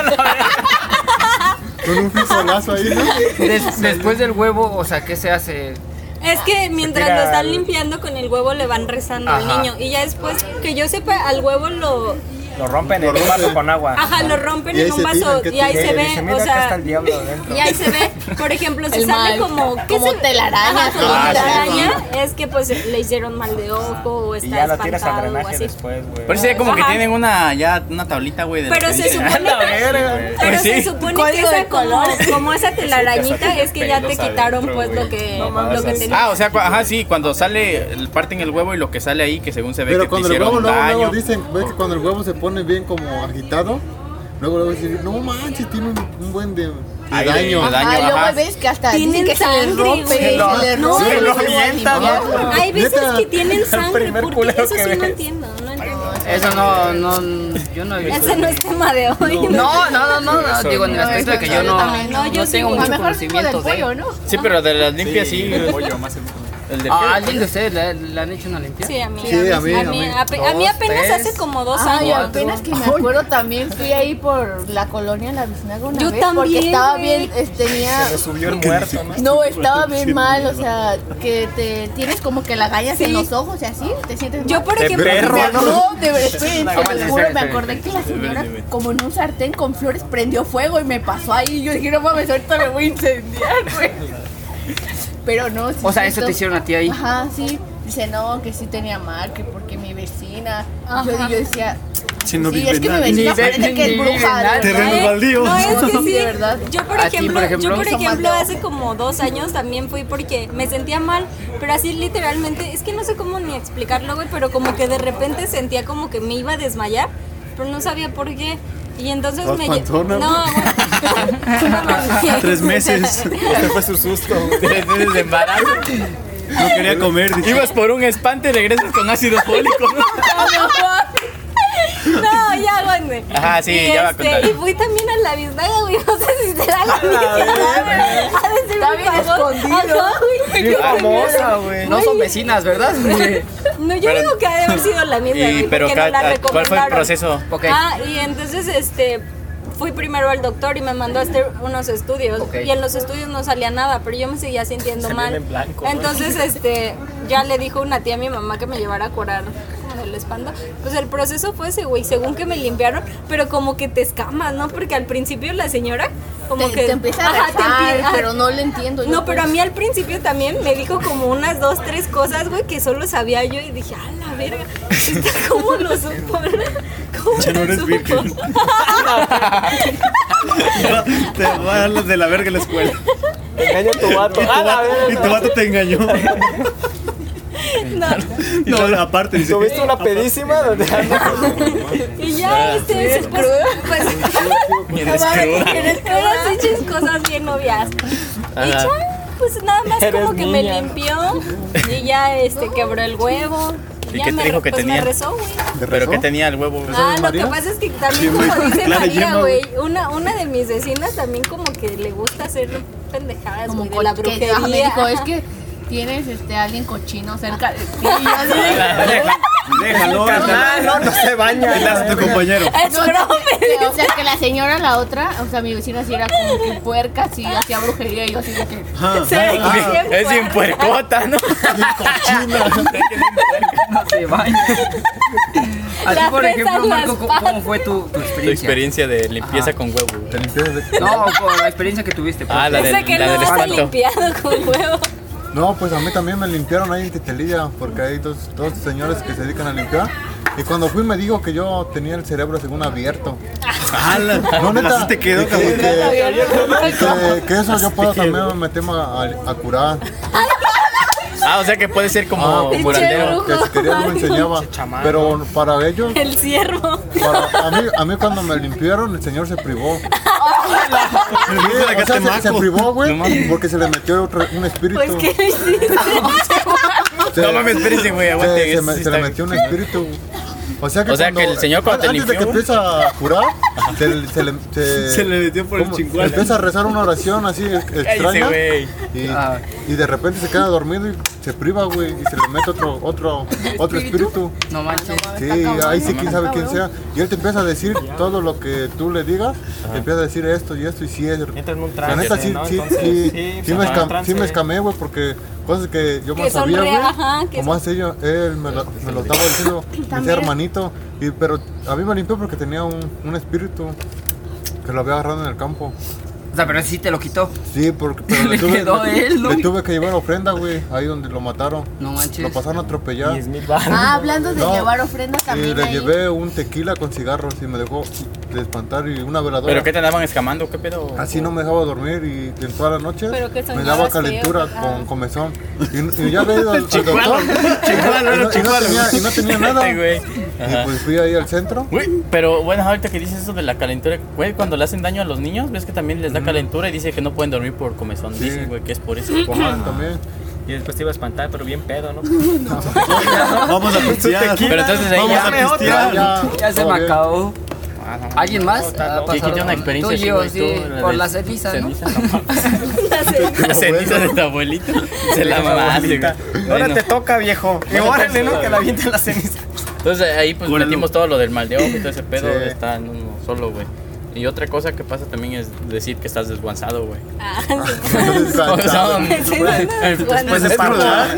S5: Con un pisolazo ahí, ¿no?
S4: des- después del huevo, o sea, ¿qué se hace?
S6: Es que mientras
S9: tira
S6: lo están
S9: al-
S6: limpiando con el huevo le van rezando al
S4: Ajá.
S6: niño y ya después que yo sepa al huevo lo
S9: Lo rompen en
S5: Lo
S9: un vaso
S5: rompen.
S9: con agua.
S6: ajá lo rompen
S5: Y ahí
S6: en un
S5: se fijan
S6: vaso
S5: que
S6: y ahí
S5: tiene-
S6: se
S9: Y dice,
S6: ve,
S9: mira,
S6: o
S9: acá está
S6: sea,
S9: el diablo adentro.
S6: y ahí se ve, por ejemplo, si
S12: El
S6: sale
S12: mal.
S6: como ¿qué
S12: Como
S6: se-
S12: telaraña,
S6: Ajá,
S9: Ah,
S6: como
S12: sí.
S6: telaraña, es que pues le hicieron mal de ojo o
S9: Y
S6: está
S9: ya lo tiras al
S6: espantado o
S9: drenaje
S6: así.
S9: después, güey.
S1: Pero sí, como que
S6: Ajá.
S1: tienen una ya una tablita, güey, de lo
S6: Pero
S1: que "Ah".
S6: se
S1: dicen.
S6: supone
S9: verga.
S6: Pero
S1: Pues
S6: se
S1: sí.
S6: supone que
S12: Código de
S6: esa como,
S12: colores.
S6: como esa telarañita
S8: saca
S6: es que ya te
S8: pelos
S6: quitaron
S8: adentro,
S6: pues lo
S8: güey.
S6: que,
S8: No mames,
S6: lo que
S8: así.
S6: tenías.
S1: Ah, o sea, cua- ajá, sí, cuando sale, el- parten el huevo y lo que sale ahí, que según se ve que
S5: Pero
S1: te
S5: cuando el huevo
S1: hicieron
S5: luego,
S1: daño.
S5: luego dicen, ve que cuando el huevo se pone bien como agitado, luego luego dicen, no manches, tiene un, un buen de, de
S1: Aire.
S5: daño.
S1: Ajá.
S12: Ah,
S1: Daño,
S12: luego ves que hasta dicen
S6: Tienen
S12: que se le
S6: sangre,
S12: rompe,
S6: güey.
S12: se le
S6: No,
S12: rompe.
S6: se
S12: el
S6: lo
S12: huevo al
S9: avienta,
S12: diablo.
S5: ¿no?
S6: Hay veces
S5: Neta.
S6: que tienen sangre,
S9: primer
S6: porque
S9: culero
S6: eso
S9: que
S6: sí no
S9: ves.
S6: entiendo, no entiendo.
S4: Eso no, no, yo no he visto.
S6: Ese no es tema de hoy.
S4: No, no, no, no, no, digo, en el
S12: No,
S4: aspecto de que
S12: eso
S4: yo
S12: yo
S4: no,
S12: también, no,
S4: no
S6: yo sí,
S4: tengo
S6: a
S12: A lo
S4: mucho
S12: mejor como del
S4: conocimiento de Ah,
S12: pollo, ¿no?
S1: Sí, pero de las limpias sí.
S8: El pollo, más el pollo.
S1: El de
S4: ¿A
S1: Fury.
S4: alguien de ustedes le, le han hecho una limpia?
S6: Sí, a mí. a mí, a mí, a pe- a mí
S4: Dos,
S6: apenas
S4: tres.
S6: hace como dos
S12: Ay,
S6: años.
S12: apenas que me acuerdo también fui ahí por la colonia la vecinaga una
S6: Yo
S12: vez porque
S6: también,
S12: estaba
S6: güey.
S12: bien, es- tenía
S9: Se le subió el muerto, ¿no?
S12: No, estaba bien mal, o sea, que te tienes como que lagañas
S6: Sí.
S12: en los ojos y así, te sientes
S6: Yo,
S12: mal.
S6: por De ejemplo, perro,
S12: me
S6: ¿no?
S12: acordó, de verdad, espérense,
S6: Lagañas,
S12: te lo juro, me
S6: espérense,
S12: acordé que la
S6: espérense,
S12: señora
S6: espérense.
S12: como en un sartén con flores prendió fuego y me pasó ahí y yo dije, no mames, ahorita me voy a incendiar, güey. Pero no, sí
S4: O sea, ¿eso
S12: siento-
S4: te hicieron a ti ahí?
S12: Ajá, sí. Dice, no, que sí tenía mal, que porque mi vecina. Yo,
S6: Ajá.
S12: yo decía,
S3: Si no
S12: sí,
S3: vive
S12: es que mi
S3: nadie.
S12: vecina
S3: Ni ve-
S12: parece que
S3: ni
S12: es bruja.
S3: vive
S12: de
S3: nadie.
S12: verdad.
S3: Terrenos baldíos.
S6: No, es que sí.
S12: De verdad.
S6: Yo por,
S12: ¿A ti,
S6: ejemplo,
S12: por ejemplo?
S6: yo por
S12: Son más
S6: ejemplo
S12: locos.
S6: hace como dos años también fui porque me sentía mal, pero así literalmente, es que no sé cómo ni explicarlo, güey, pero como que de repente sentía como que me iba a desmayar, pero no sabía por qué. Y entonces
S5: ¿Estás
S6: me lle-
S5: panzona,
S6: No, güey. No mames.
S3: Tres meses. Este fue su susto.
S1: Tres meses de embarazo.
S3: No quería comer. dice.
S1: Ibas por un espante y regresas con ácido fólico.
S6: No, ya aguante.
S1: Ajá, sí,
S6: y este,
S1: ya va a contar.
S6: Y fui también a la biznaga, güey. No sé si será la biznaga, güey. Ha de ser
S12: Está
S6: un
S12: bien
S6: vagón.
S12: escondido.
S6: Ajá, güey.
S4: Bien
S6: Yo también-
S4: famosa, güey. No son vecinas, ¿verdad?
S6: No, yo digo que ha de haber sido la misma,
S1: Y,
S6: güey,
S1: pero,
S6: porque
S1: ca- ah,
S6: no la recomendaron.
S1: ¿cuál fue el proceso?
S4: Ok.
S6: Ah, y entonces, este, fui primero al doctor y me mandó a hacer unos estudios.
S4: Ok.
S6: Y en los estudios no salía nada, pero yo me seguía sintiendo
S9: Salían
S6: mal.
S9: en blanco, ¿no?
S6: entonces, este, ya le dijo una tía a mi mamá que me llevara a curar como del espanto. Pues el proceso fue ese, güey, según que me limpiaron, pero como que te escamas, ¿no? Porque al principio la señora como
S12: Te,
S6: que...
S12: te empieza a
S6: Ajá, te
S12: rezar,
S6: empie- ajá.
S12: pero no le entiendo. yo,
S6: No, pero a
S12: pues.
S6: mí al principio también me dijo como unas dos, tres cosas, güey, que solo sabía yo y dije, a la verga, ¿esto ¿cómo lo supo? ¿Cómo
S3: Ya no
S6: lo
S3: eres
S6: supo?
S3: virgen. Te va a dar las de la verga en la escuela.
S10: Engaña a tu vato. Ah, la
S3: Y tu
S10: verga.
S3: vato te engañó.
S6: No.
S3: Y luego, aparte dice.
S10: ¿Tuviste una pedísima donde
S6: Y ya, este, pues, pues,
S1: Eres cruda.
S6: unas pinches pues, cosas bien obvias.
S1: Ah,
S6: Y ya, pues nada más
S10: Eres
S6: como que me
S10: niña.
S6: limpió y ya, este, quebró el huevo.
S1: ¿Y
S6: ya
S1: qué te
S6: me-
S1: dijo que
S6: pues
S1: tenía?
S6: me rezó, güey.
S1: Pero que tenía el huevo.
S6: Ah, lo que pasa es que también, como dice
S3: Claro,
S6: María,
S3: lleno,
S6: güey, una, una de mis vecinas también como que le gusta hacer pendejadas,
S12: como
S6: güey, de la
S12: co- que-
S6: brujería.
S12: ajá, me dijo,
S6: ajá.
S12: es que tienes este alguien cochino cerca de ti. Y yo así de-
S3: Déjalo,
S10: Ah, no, no se baña.
S3: déjalo. tu compañero.
S6: Ah, Es
S12: No,
S6: broma.
S12: que- que- o sea, que la señora, la otra, o sea, mi vecina sí era como que puerca, sí, hacía brujería y yo así de
S6: Se
S12: que...
S6: ve que
S1: Ah, Es bien
S6: fuerte.
S1: puercota, ¿no?
S4: Se baña. A ti,
S6: Las
S4: por ejemplo,
S6: fresas,
S4: Marco,
S6: las
S4: ¿cómo- ¿cómo fue tu, tu
S1: Tu
S4: experiencia?
S1: experiencia de limpieza
S4: Ajá.
S1: con huevo. güey.
S4: No, por la experiencia que tuviste. pues.
S1: Ah, la
S6: Esa
S1: del,
S6: que
S1: la
S6: no
S1: del
S6: has
S1: espanto.
S6: limpiado con huevo.
S5: No, pues a mí también me limpiaron ahí en Tetelilla, porque hay dos, dos señores que se dedican a limpiar. Y cuando fui me dijo que yo tenía el cerebro según abierto.
S1: Ah,
S3: Ala,
S5: No, neta.
S3: Así te quedó,
S5: Y que-
S3: cabrón.
S5: que, que- que eso yo puedo también meterme a, a curar.
S1: Ah, o sea que puede ser como
S5: Ah,
S6: pinche
S1: curandero.
S6: brujo.
S5: Que si querías me enseñaba.
S9: Chamán.
S5: Pero para ellos,
S6: El ciervo.
S5: para- a, mí, a mí cuando me limpiaron, el señor se privó.
S3: Me
S5: Sí,
S3: dice la
S5: o sea, se, se
S3: catemaco.
S5: privó, güey, porque se le metió otro- un espíritu.
S6: Pues que hiciste.
S5: Se-
S1: No mames, espérense, güey, aguante,
S5: Se, se
S1: eso
S5: me-
S1: sí
S5: se le
S1: está-
S5: metió un espíritu. O sea que,
S1: O sea, que
S5: cuando-
S1: el señor cuando te
S5: an- antes de que
S1: limpió-
S5: empieza a curar, se, se le, se,
S3: Se le metió por el
S5: eh, ¿cómo?
S3: chingual.
S5: Empieza a rezar una oración así ex-
S1: Cállese,
S5: extraña.
S1: güey.
S5: Y,
S4: Ah.
S5: y de repente se queda dormido y se priva, güey, y se le mete otro, otro, otro espíritu.
S4: No manches.
S5: Sí, ahí sí quién sabe quién sea. Y él te empieza a decir todo lo que tú le digas, te empieza a decir esto y esto y sí es.
S9: Entra en un
S5: La neta
S9: trance,
S5: sí,
S9: ¿no?
S5: sí,
S9: Entonces,
S5: sí,
S9: sí,
S5: sí
S9: se
S5: me,
S9: va al
S5: escam-
S9: trance.
S5: sí me escamé, güey, porque cosas que yo
S6: Que
S5: no
S6: son
S5: sabía,
S6: re-
S5: güey.
S6: ajá, que
S5: Como hace yo, él me lo, me lo estaba diciendo, me decía hermanito, y, pero a mí me limpió porque tenía un, un espíritu que lo había agarrado en el campo.
S4: O sea, pero sí te lo quitó.
S5: Sí, porque pero
S4: Le quedó él, ¿no?
S5: le tuve que llevar ofrenda, güey, ahí donde lo mataron.
S4: No manches.
S5: Lo pasaron a atropellar.
S9: 10 mil baros.
S12: Ah, hablando de
S5: No.
S12: llevar ofrendas
S5: Y
S12: también
S5: le
S12: ahí.
S5: llevé un tequila con cigarros y me dejó de espantar y una veladora.
S1: ¿Pero qué te andaban escamando? ¿Qué pedo?
S5: Así no me dejaba dormir y en toda la noche
S6: Pero que
S5: me
S6: soñabas
S5: daba
S6: feo,
S5: calentura
S6: ah.
S5: con comezón. Y, y ya había ido al, al doctor
S3: Chicualo,
S5: y no,
S3: era
S5: y no
S3: chicualo.
S5: tenía, y no tenía nada.
S1: Ay, güey.
S5: Y pues fui ahí al centro.
S1: Güey, pero bueno, ahorita que dices eso de la calentura, güey, cuando le hacen daño a los niños, ves que también les da calentura y dice que no pueden dormir por comezón.
S5: Sí.
S1: Dicen, güey, que es por eso.
S5: Juan también.
S9: Y después te iba a espantar, pero bien pedo, ¿no?
S3: Vamos a pistear.
S1: Pero entonces ahí
S3: Vamos
S1: ya-
S3: a pistear.
S4: Ya se
S5: todo
S4: me
S5: bien.
S4: acabó. ¿Alguien más? Ha
S1: Yo
S4: pasado
S1: quité una
S4: con-
S1: experiencia
S4: tú,
S1: chingona
S4: Gio,
S1: y
S4: sí,
S1: tú, la
S4: por
S1: de-
S4: la ceniza, ¿no?
S1: La ceniza de tu abuelito. Se la mamaste, güey.
S9: Ahora
S1: Bueno.
S9: te toca, viejo. Y órale, ¿no? Que la avienten la ceniza.
S1: Entonces ahí pues metimos todo lo del mal de ojo y todo ese pedo
S9: Sí.
S1: está en uno solo, güey. Y otra cosa que pasa también es decir que estás desguanzado, güey.
S6: Ah,
S1: Desguanzado.
S5: Pues,
S1: Pues
S6: Después
S1: de parchar.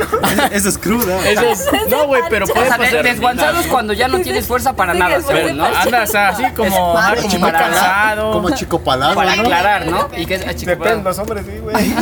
S3: Eso es cruda.
S1: Eso es- no, güey, pero
S4: O
S1: puede
S4: sea,
S1: pasar.
S4: desguanzados cuando ya no tienes fuerza para
S1: Sí,
S4: nada,
S1: después
S4: según,
S1: de
S4: ¿no?
S1: parchar. Andas así como- ajá, como muy cansado.
S5: Como chico palado.
S4: Para aclarar, ¿no? ¿Y qué es achicopalado?
S9: los hombres, sí, güey.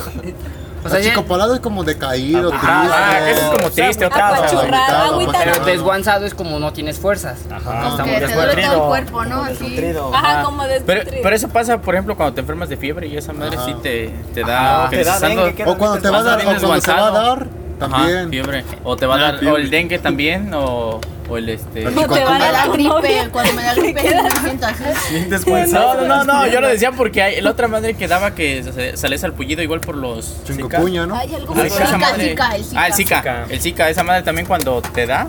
S5: O sea, pues, chico palado es como decaído, triste.
S4: Ah, que eso es como
S1: triste,
S4: otra
S5: cosa. Apachurrado, agüitado. pues.
S4: Pero desguanzado es como no tienes fuerzas.
S12: Como que te duele todo el cuerpo, ¿no? Así.
S1: Ah,
S6: Ajá, como
S1: Pero,
S6: desnutrido.
S1: pero eso pasa, por ejemplo, cuando te enfermas de fiebre y esa madre sí te, te da.
S5: Ajá.
S1: que
S5: Te da
S1: estás
S5: dengue,
S1: dando-
S5: que era O cuando te va a dar-
S1: estás
S5: o cuando te va a
S1: desguanzado.
S5: dar,
S1: Ajá,
S5: también.
S1: fiebre. O te va a
S5: Ah,
S1: dar, o
S5: fiebre.
S1: el dengue también, o, o el este.
S12: Cuando te va a dar gripe, cuando me da gripe, sí me siento así.
S1: No, no, no, no, yo lo decía porque hay- la otra madre que daba que se- salía salpullido igual por los. Cinco
S5: puño, ¿no?
S12: Ay, algo
S1: Ah,
S12: muy
S1: esa
S12: Zika,
S1: madre.
S12: Zika, el Zika.
S1: Ah, el Zika. El Zika, esa madre también cuando te da,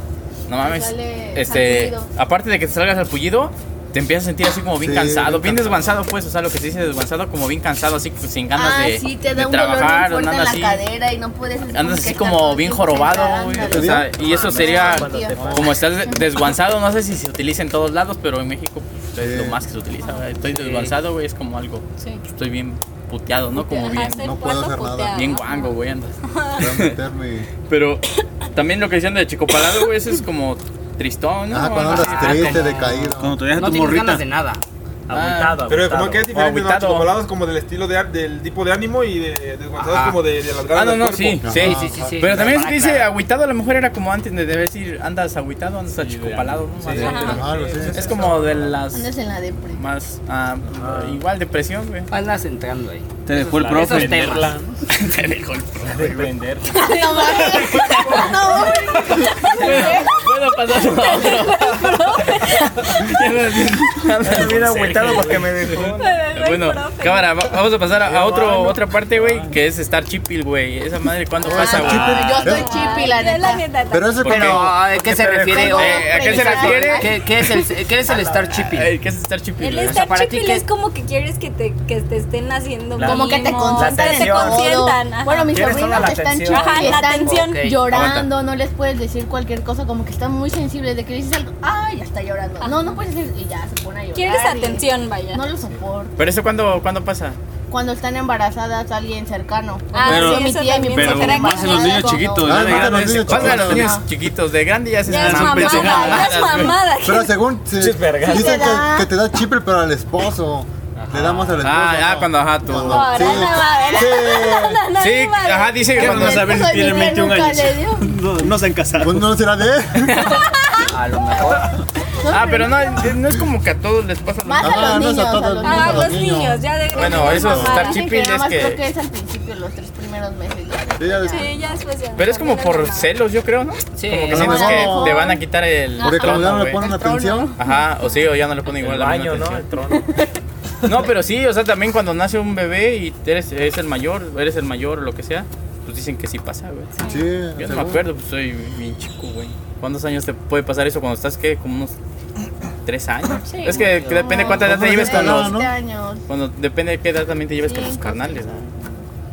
S1: no mames.
S12: sale
S1: Este,
S12: salpullido.
S1: aparte de que te salgas al pullido, te empiezas a sentir así como bien
S5: Sí,
S1: cansado,
S5: bien
S1: bien desguanzado, pues, o sea, lo que se dice desguanzado, como bien cansado, así pues, sin ganas
S12: Ah,
S1: de,
S12: sí, te
S1: de
S12: da un dolor bien
S1: trabajar, o
S12: fuerte en
S1: nada
S12: la
S1: así.
S12: cadera y no puedes...
S1: Andas así
S12: que
S1: como bien jorobado, güey. O sea, y eso sería como estás desguanzado. No sé si se utiliza en todos lados, pero en México pues, es lo más que se utiliza. güey. Estoy desguanzado, güey, es como algo.
S6: Sí.
S1: Estoy bien puteado, ¿no? Como
S6: Ajá,
S1: bien.
S6: es el No puedo cuarto hacer nada. puteado.
S1: Bien guango, güey, andas.
S5: este,
S1: Pero también lo que decían de chico palado, güey, eso es como tristón, ¿no?
S5: Ah, cuando andas triste, decaído.
S1: Cuando
S5: todavía
S11: No tu tienes morrita. ganas de
S4: nada.
S11: Ah, Pero como que es diferente, ¿no?
S1: Aguitado.
S11: Chocolados como del estilo de, ar- del tipo de ánimo y de, desguanzados
S1: Ajá.
S11: como de, de las
S1: Ah,
S11: gradas
S1: no,
S11: del
S1: no,
S11: cuerpo.
S1: sí, sí,
S11: Ajá.
S1: sí, sí, sí. Pero también es que dice agüitado, a lo mejor era como antes de decir andas agüitado, andas achicopalado, ¿no?
S11: Sí,
S1: Ajá.
S11: ajá, algo así.
S1: Es como de las
S12: Andas en la depre.
S1: más, ah, igual depresión, güey.
S4: Andas entrando ahí.
S1: Te
S4: dejó el Esos profe. temas.
S1: Te dejó el profe. Vender.
S12: No mames. No,
S1: Puedo pasar a otro.
S9: Mira, agüitado porque me dejó.
S1: Eh, Bueno, cámara, va- vamos a pasar a, a otro, otra parte, güey, que es estar chipil, güey. Esa madre, ¿cuándo
S5: Ah,
S1: pasa, güey?
S12: Ah, yo estoy chipi, la neta.
S1: Pero ese-
S4: Pero, ¿a qué se refiere? o-
S1: Eh, ¿a qué se
S4: Exacto,
S1: refiere?
S4: ¿Qué, qué es el, ¿Qué es el estar chipping?
S1: ¿Qué es estar chipping?
S6: El estar chipil es como que quieres que te, que te estén haciendo
S1: La- Como
S12: que te
S6: mimos,
S12: consientan
S6: que
S12: en
S6: te
S12: todo.
S6: consientan. ajá.
S12: Bueno, mis sobrinos que están chicos
S6: Ajá,
S12: y
S6: la
S12: están
S6: atención.
S12: llorando, no les puedes decir cualquier cosa, como que están muy sensibles de que le dices algo, ay, ya está llorando. No, no puedes decir, y ya se pone a llorar.
S6: Ah. Quieres
S12: y-
S6: atención, vaya.
S12: No lo soporto.
S1: Pero eso, ¿cuándo, cuándo pasa?
S12: Cuando están embarazadas alguien cercano.
S6: Ah,
S1: Pero-
S12: Yo, mi tía y mi
S1: pero
S12: papá eran
S1: más en los
S12: casados,
S1: niños
S12: ¿no?
S1: chiquitos, ya de
S5: Ah, más en los
S1: grandes.
S5: niños
S1: Pasa a los
S5: chiquitos.
S1: niños chiquitos, de grande ya se
S6: Ya es
S1: están
S6: mamada, ya es mamada.
S5: Pero según sí,
S1: Chis vergas. Sí te
S5: dicen que,
S1: da.
S5: que te da chipper pero al esposo. Le da más al esposo.
S1: Ah, ya cuando ajá tú.
S5: Ahora sí. no va
S1: Sí, ajá, dice que cuando
S12: saben si tiene 21 años.
S3: No, no se han casado.
S5: Pues no será de.
S1: A lo mejor. Ah, pero no, no es como que a todos les pasa lo
S12: Más a
S1: mismo.
S12: los niños, a los niños.
S6: Ah, los niños, ya de
S1: Bueno, eso es estar
S12: Dicen
S1: chipil,
S12: que nada
S1: es
S12: más creo
S1: que...
S12: que es al principio, los tres primeros meses.
S6: Sí, ya después ya.
S1: Pero es como por celos, yo creo, ¿no?
S6: Sí.
S1: Como que
S6: A lo
S1: sientes que
S6: mejor.
S1: te van a quitar el
S5: Porque como ya no le
S1: güey.
S5: ponen atención.
S1: Ajá, o sí, o ya no le ponen igual la misma atención. No, pero sí, o sea, también cuando nace un bebé y eres, eres el mayor, eres el mayor o lo que sea, pues dicen que sí pasa, güey.
S5: Sí,
S1: Yo no me
S5: seguro.
S1: acuerdo, pues soy bien chico, güey. ¿Cuántos años te puede pasar eso cuando estás, qué, como unos tres años?
S12: Sí,
S1: es que, que depende cuánta edad te lleves con los...
S12: Siete años.
S1: Cuando depende de qué edad también te lleves con los
S12: Cinco,
S1: carnales. ¿no?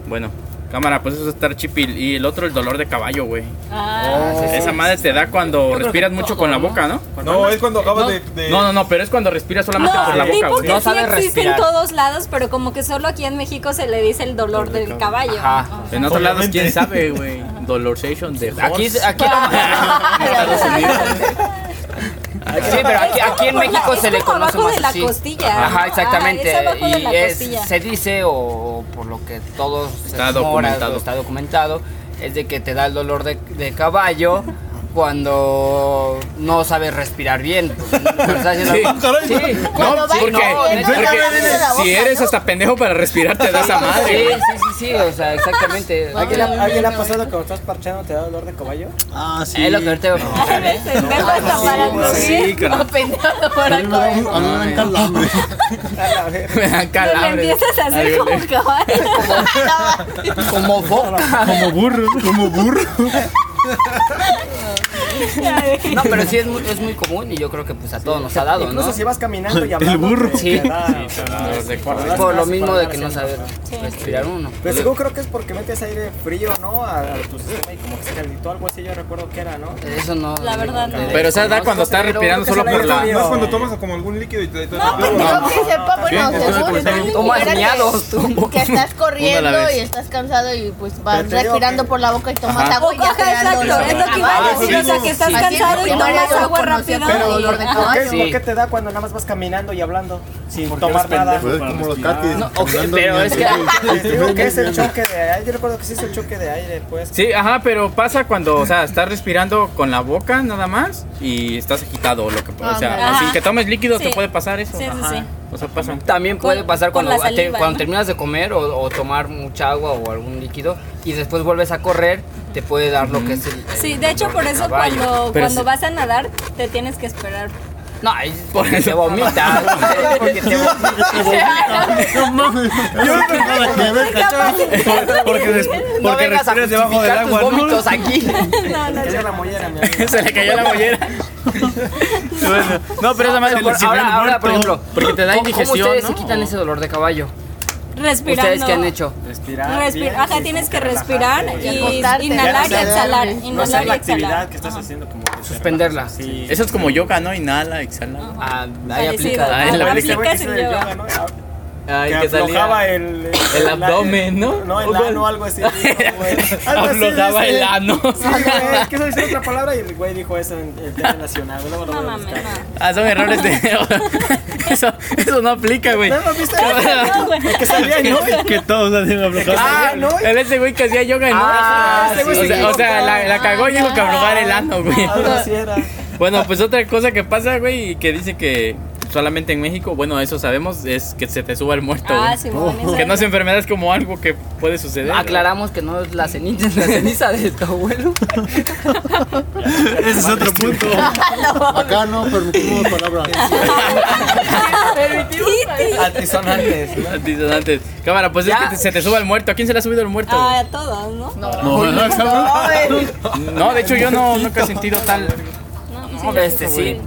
S1: Bueno, cámara, pues eso es estar chipil. Y el otro, el dolor de caballo, güey.
S6: Ah, sí, sí.
S1: Esa madre te da cuando
S6: creo que
S1: respiras mucho con la boca, ¿no?
S11: No, es cuando acabas
S1: no,
S11: Pues de- de-
S1: No, no, no, pero es cuando respiras solamente
S6: No,
S1: por la boca,
S6: tipo
S1: güey.
S6: que sí existe en todos lados, pero como que solo aquí en México se le dice el dolor del caballo.
S1: Ajá. En otros lados, quién sabe, güey. Dolorsation de
S4: Aquí,
S1: horse.
S4: aquí, sí, pero aquí, aquí
S6: Es
S4: en
S6: como
S4: México
S6: la-
S4: se
S6: es
S4: le
S6: como
S4: conoce
S6: abajo
S4: más
S6: de la
S4: así.
S6: costilla.
S4: Ajá, exactamente.
S6: Ah, es abajo de
S4: y
S6: la
S4: es-
S6: costilla.
S4: se dice, o por lo que todos
S1: Está
S4: se rumora,
S1: documentado.
S4: o está documentado, es de que te da el dolor de, de caballo cuando no sabes respirar bien. pues, cuando estás haciendo-
S1: Sí.
S4: Sí.
S1: No,
S4: No,
S1: porque,
S4: no, neta,
S1: porque
S4: no, no, no, no.
S1: si eres hasta pendejo para respirar, te da esa madre.
S4: Sí, sí, sí, sí, o sea, exactamente.
S10: ¿A quién le ha- a quién le ha pasado que cuando estás parchando te da dolor de caballo?
S5: Ah, sí.
S4: Es lo que ahorita voy a
S6: Ay, me pendejo hasta para
S5: Sí,
S6: comer.
S5: carajo.
S6: pendejo para
S5: A
S6: comer.
S5: mí me dan calambre.
S1: Me dan
S6: Le
S1: calambres.
S6: empiezas a hacer
S1: Ay,
S6: como
S1: güey.
S6: el caballo.
S4: Como boca.
S3: Ah.
S5: Como burro. Como burro.
S4: No, pero sí es muy, es muy común y yo creo que pues a todos nos ha dado,
S9: Incluso
S4: ¿no?
S9: si vas caminando y
S4: El
S9: hablando. pues,
S4: burro.
S9: te-
S4: Sí.
S9: te da-
S4: Sí,
S9: te da-
S4: claro,
S9: te
S4: de
S9: da-
S4: acuerdo.
S9: te da-
S4: Por lo
S9: te
S4: mismo
S9: da-
S4: de que no
S9: sí.
S4: saber respirar uno.
S1: Pues
S9: Pero seguro Pues creo que es porque metes aire frío, ¿no? A, a tu sistema y como que se calentó algo así, yo recuerdo que era, ¿no?
S4: Eso no.
S6: La verdad, no.
S1: Pero esa edad cuando estás respirando solo por la.
S11: No es cuando tomas como algún líquido y te.
S12: No, pues no que sepa, bueno,
S1: Sí,
S12: según
S1: entonces,
S12: tú,
S4: tomas
S12: era que-
S4: miados, tú.
S12: Que estás
S1: Una a la
S12: corriendo
S1: vez.
S12: y estás cansado y pues vas
S1: Pero te digo
S12: respirando por la boca y tomas
S1: Ajá.
S12: agua y ya
S6: Ajá,
S12: te da
S6: exacto,
S12: dolor.
S6: es lo que iba a
S12: Ah,
S6: decir,
S12: sí,
S6: o sea,
S12: sí,
S6: que estás
S12: sí.
S6: cansado
S12: Así
S6: y
S12: en primaria
S6: tomas
S12: yo lo
S6: agua
S12: conocía
S6: rápido
S12: como
S6: y-
S12: dolor de
S6: Ajá.
S12: caballo.
S9: ¿Qué, ¿Por qué te da cuando nada más vas caminando y hablando? Sin tomar
S5: eres
S9: nada.
S5: pendejo? Pues, como los catis, No, ok, caminando
S9: pero es que.
S5: mientras-
S9: digo que es el choque de aire. Yo recuerdo que sí es el choque de aire, pues.
S1: Sí, ajá, pero pasa cuando, o sea, estás respirando con la boca nada más y estás agitado, lo que, o sea,
S4: Ah, Ajá.
S1: sin que tomes líquidos
S4: Sí.
S1: te puede pasar eso.
S4: Sí, sí,
S1: Ajá.
S4: sí.
S1: O sea, pasa.
S4: También puede pasar
S1: con
S4: cuando,
S1: la saliva,
S4: te- cuando
S1: ¿no?
S4: terminas de comer o, o tomar mucha agua o algún líquido y después vuelves a correr, te puede dar lo que es el. el
S6: Sí, de hecho,
S4: dolor
S6: por
S4: de
S6: eso
S4: caballo.
S6: cuando, cuando vas a nadar, te tienes que esperar.
S4: No, es porque te vomitas. porque te vomitas.
S3: No mames. Yo no tengo que ver, cachorro. Porque, des-
S4: No
S3: porque
S4: vengas a
S3: respiras debajo del
S4: justificar tus
S3: agua. ¿no?
S4: vómitos aquí.
S6: No, no,
S9: la mollera, mi
S1: Se le cayó la mollera. Bueno, no, pero esa madre
S4: Por-
S1: si
S4: ahora,
S1: hubieran
S4: ahora, por
S1: muerto,
S4: ejemplo,
S1: porque te da
S4: ¿cómo-
S1: indigestión,
S4: ¿Cómo ustedes
S1: ¿no?
S4: se quitan ese dolor de caballo?
S6: Respirando.
S4: ¿Ustedes qué han hecho?
S9: Respirar.
S6: Respirar. Ajá, tienes que respirar
S4: relajarte,
S6: y
S4: acostarte.
S6: inhalar y
S4: Ya no hacer-
S6: exhalar.
S4: no hacer
S9: No
S6: Inhalar
S9: hacer
S6: y
S9: la
S6: exhalar.
S9: actividad que estás haciendo como.
S4: Suspenderla.
S1: Eso es como yoga, ¿no? Inhala, exhala.
S4: Ah,
S9: ahí
S6: aplica.
S1: Ah, en la aplica.
S6: Aplicas el yoga.
S4: Ah.
S1: Ay,
S9: que
S1: que
S9: aflojaba
S1: salía
S9: el,
S1: el abdomen, ¿no?
S9: No, el ano, algo así. dijo, güey. Algo así,
S1: Aflojaba
S9: dice.
S1: el ano.
S9: Sí, güey, es que eso dice otra palabra y el güey dijo eso en el tema nacional. güey, luego lo voy a buscar.
S1: Ah, son errores de. eso, eso no aplica, güey.
S9: No, no, ¿viste? El que salía en hoy.
S3: Que todos hacen aflojar.
S1: Ah,
S9: ¿no?
S1: el ese güey que hacía yoga en
S9: Ah,
S1: Oaxaca.
S9: ese güey Ah,
S1: o, sea,
S9: se
S1: o sea,
S9: equivocó.
S1: la, la cagó y dijo que aflojar el ano, güey.
S9: Algo así era.
S1: Bueno, pues otra cosa que pasa, güey, y que dice que solamente en México, bueno, eso sabemos, es que se te suba el muerto,
S4: Ah,
S1: güey.
S4: Simón, eso
S1: que
S4: es.
S1: no es enfermedad, es como algo que puede suceder.
S4: Aclaramos que no es la ceniza, la ceniza de tu abuelo.
S3: Ese es otro punto.
S5: Acá no permitimos palabras.
S9: Antisonantes.
S1: Antisonantes. Ah, Cámara, pues es que te- se te suba el muerto. ¿A quién se le ha subido el muerto?
S6: Ah, a todos, ¿no? No,
S1: No, no,
S5: Ay.
S1: de hecho yo no, nunca he sentido tal.
S6: sí,
S1: No,
S6: yo
S1: este sí.
S6: güey.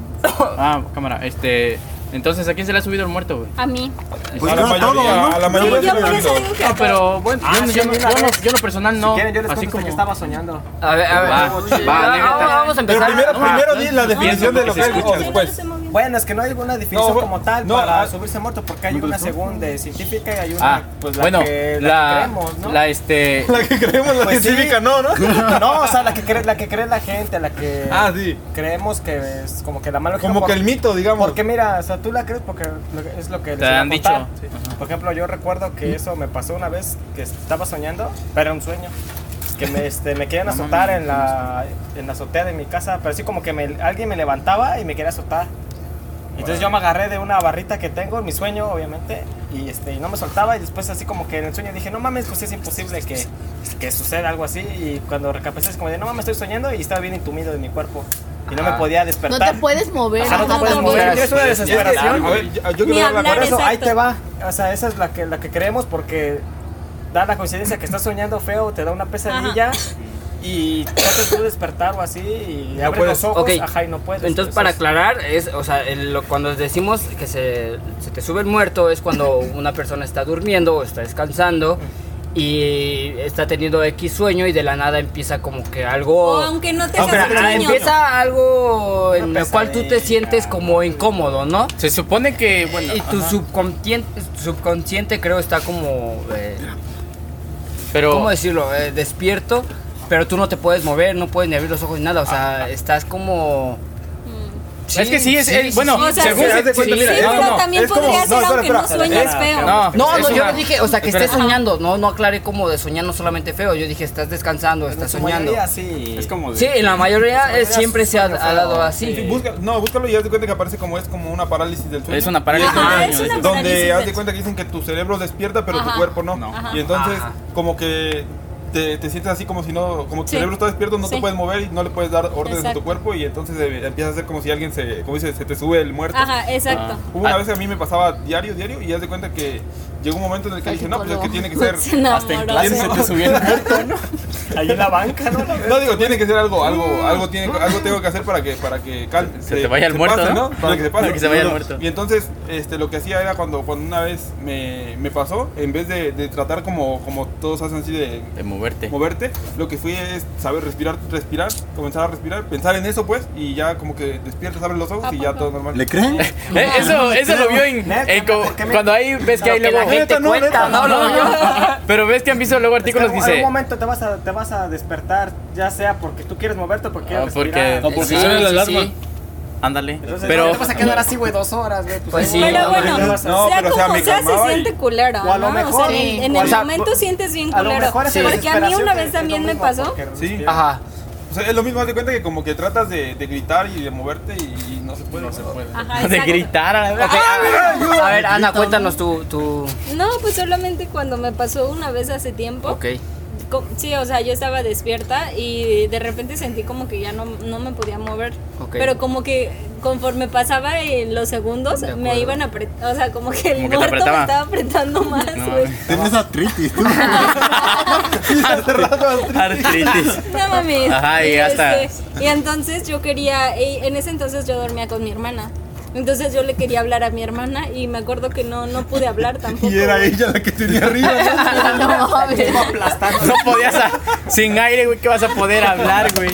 S1: Ah, cámara, este. Entonces, ¿a quién se le ha subido el muerto, güey?
S6: A mí.
S9: Pues
S3: Pues
S11: A la mayoría, a la mayoría
S6: Yo
S11: se
S6: por
S11: me
S6: eso
S11: olvidó.
S6: digo que a
S1: No, pero bueno,
S9: Ah,
S1: yo, no-
S9: sí,
S1: yo no-
S9: mira,
S1: yo no-
S9: a ver.
S1: yo no personal no.
S9: Si quieren, yo les
S1: así
S9: cuento
S1: como
S9: que estaba soñando.
S4: A ver, a ver.
S1: Va, va,
S4: Ah,
S1: neta.
S4: vamos a
S11: Pero
S4: empezar.
S11: primero,
S4: No,
S11: primero
S4: no,
S11: di la definición de lo que es pues. o después.
S9: Bueno, es que no hay una definición
S11: No,
S9: como tal
S11: no,
S9: para
S11: ah,
S9: subirse muerto, porque hay una según de científica y hay una,
S1: Ah,
S9: pues la
S1: bueno,
S9: que, la, que
S1: la,
S9: creemos, ¿no?
S1: la este.
S11: La que creemos, la
S9: Pues sí.
S11: científica, no, ¿no?
S9: No, o sea, la que cree la, que cree la gente, la que
S11: Ah, sí.
S9: creemos que es como que la mala
S11: Como que el mito, digamos.
S9: Porque mira, o sea, tú la crees porque lo- es lo que
S1: Te han dicho.
S9: Sí. Por ejemplo, yo recuerdo que eso me pasó una vez que estaba soñando, pero era un sueño. Que me, este, me querían azotar en la, en la azotea de mi casa, pero así como que me- alguien me levantaba y me quería azotar. Entonces yo me agarré de una barrita que tengo en mi sueño, obviamente, y, este, y no me soltaba. Y después, así como que en el sueño dije, no mames, pues es imposible que, que suceda algo así. Y cuando recapacité, es como de, no mames, estoy soñando y estaba bien intumido de mi cuerpo. Y no me
S4: Ajá.
S9: podía
S12: No
S9: despertar.
S12: te puedes mover.
S9: Ajá, no te
S12: ajá,
S9: puedes mover.
S12: tampoco.
S9: Tienes una
S12: Es que-
S9: desesperación.
S11: A ver, yo- yo
S6: Ni
S11: quiero hablar
S6: hablar,
S9: Por eso, ahí
S6: exacto.
S9: te va. O sea, esa es la que, la que queremos porque da la coincidencia que estás soñando feo, te da una pesadilla y tratas de despertar o así y
S11: No
S9: abres
S11: puedes.
S9: los ojos,
S4: Ok.
S9: ajá, y no puedes.
S4: Entonces, para aclarar, es, o sea, el- lo- cuando decimos que se, se te sube el muerto es cuando una persona está durmiendo o está descansando y está teniendo X sueño y de la nada empieza como que
S6: O
S4: algo...
S6: aunque no te
S4: Ah, pero,
S6: hagas
S4: ah,
S6: daño.
S4: empieza algo en
S9: Una
S4: lo cual tú te
S9: pesadilla.
S4: sientes como incómodo, ¿no?
S1: Se supone que, bueno.
S4: Y tu
S1: ajá.
S4: subconsciente, subconsciente creo está como... eh,
S1: pero,
S4: ¿Cómo decirlo? Eh, despierto, pero tú no te puedes mover, no puedes ni abrir los ojos ni nada. O sea, estás como. Mm.
S1: Es que sí, es-
S4: eh,
S1: es- bueno,
S6: O sea,
S1: según
S6: sí,
S1: se-
S6: sí,
S1: cuenta, mira,
S6: sí,
S1: no,
S6: pero
S1: no,
S6: también
S11: es como-
S6: podría
S11: no,
S6: ser
S11: espera,
S6: aunque no
S11: espera.
S6: sueñes
S9: Espera,
S6: feo.
S1: No,
S4: No,
S1: es
S4: no, yo
S1: una-
S4: no dije, o sea, que estés
S1: Espera.
S4: soñando, no, no aclaré como de soñando solamente feo. Yo dije, estás descansando, estás soñando.
S9: sí.
S8: Es como de.
S4: Sí, en la mayoría eh,
S9: mayoría
S4: siempre se ha,
S9: sueño
S4: ha dado
S9: feo.
S4: así.
S11: Sí, busca- no, búscalo y haz de cuenta que aparece como es como una parálisis del sueño.
S1: Es una parálisis del
S6: Ajá,
S1: sueño,
S6: es
S1: de
S6: una
S1: hecho.
S11: Donde
S6: parálisis
S11: haz de
S6: del-
S11: cuenta que dicen que tu cerebro despierta, pero
S6: Ajá.
S11: tu cuerpo no.
S8: No.
S11: Y entonces,
S4: Ajá.
S11: como que te, te sientes así como si no, como tu
S6: Sí.
S11: cerebro está despierto, no
S6: Sí.
S11: te puedes mover y no le puedes dar órdenes a
S6: Exacto.
S11: tu cuerpo. Y entonces eh, empieza a ser como si alguien se, como dice, se te sube el muerto.
S6: Ajá, exacto.
S11: Hubo una
S1: Ah.
S11: vez que a mí me pasaba diario, diario, y haz de cuenta que llegó un momento en el que dije, no, pues es que tiene que
S3: Ah.
S6: Se
S11: ser.
S6: enamoró. Hasta en clase
S11: tiene-
S6: se te
S9: subió el Ahí en la banca, ¿no?
S11: No digo, tiene que ser algo, algo, algo, tiene, algo tengo que hacer para que, para que cal-
S1: Se te vaya el muerto,
S11: pase,
S1: ¿no?
S11: Para que se pase.
S1: Para que se vaya el
S11: No, no.
S1: muerto.
S11: Y entonces, este, lo que hacía era cuando, cuando una vez me, me pasó, en vez de, de tratar como, como todos hacen así de,
S1: moverte,
S11: moverte, lo que fui es saber respirar, respirar, comenzar a respirar, pensar en eso pues, y ya como que despiertas, abres los ojos y ya todo normal.
S5: ¿Le creen?
S1: Eh, eso eso lo vio en, en co- cuando ahí ves que hay luego No, no, no. Pero ves que han visto luego artículos que
S9: En algún
S1: dice
S9: momento te vas, a, te vas a despertar, ya sea porque tú quieres moverte o porque
S1: ah,
S9: quieres
S1: porque
S9: respirar. Sí,
S1: suena
S9: sí, sí.
S1: Ándale.
S9: Entonces,
S1: Pero
S9: no te vas a quedar así, güey, dos horas, güey.
S1: Pues sí,
S6: Pero bueno,
S1: No,
S6: sea
S1: pero, o sea,
S6: como
S1: me
S6: sea, se
S1: calmaba y-
S6: siente culero.
S9: o a lo
S6: ¿no?
S9: mejor,
S6: O sea,
S9: sí.
S6: en, en
S9: o
S6: el
S9: sea,
S6: momento sientes bien
S9: a lo
S6: culero.
S9: mejor es
S6: Sí.
S9: la
S6: Porque a mí una
S9: desesperación
S6: vez también me pasó.
S11: Sí.
S4: Ajá.
S11: O sea, es lo mismo, haz de cuenta que como que tratas de, de gritar y de moverte y, y no se puede. No se puede.
S6: Ajá, De exacto.
S1: gritar. A
S4: ver, a ver, Ana, cuéntanos tu... tu...
S6: No, pues solamente cuando me pasó una vez hace tiempo.
S4: Ok.
S6: Co- Sí, o sea, yo estaba despierta y de repente sentí como que ya no, no me podía mover.
S4: Ok.
S6: Pero como que conforme pasaba eh, los segundos,
S5: De
S6: me
S5: acuerdo.
S6: iban apretando. O sea, como que el
S5: Como que te
S6: muerto me
S5: apretaba.
S6: estaba apretando más. güey.
S5: Tienes artritis, tú.
S1: Artritis.
S6: No mames.
S1: Ajá, y ya está.
S6: este, y entonces yo quería, y en ese entonces yo dormía con mi hermana. Entonces yo le quería hablar a mi hermana y me acuerdo que no, no pude hablar tampoco.
S5: Y era ella la que tenía arriba.
S4: Ah,
S6: No, mames.
S1: no podías a- sin aire, güey, que vas a poder hablar, güey.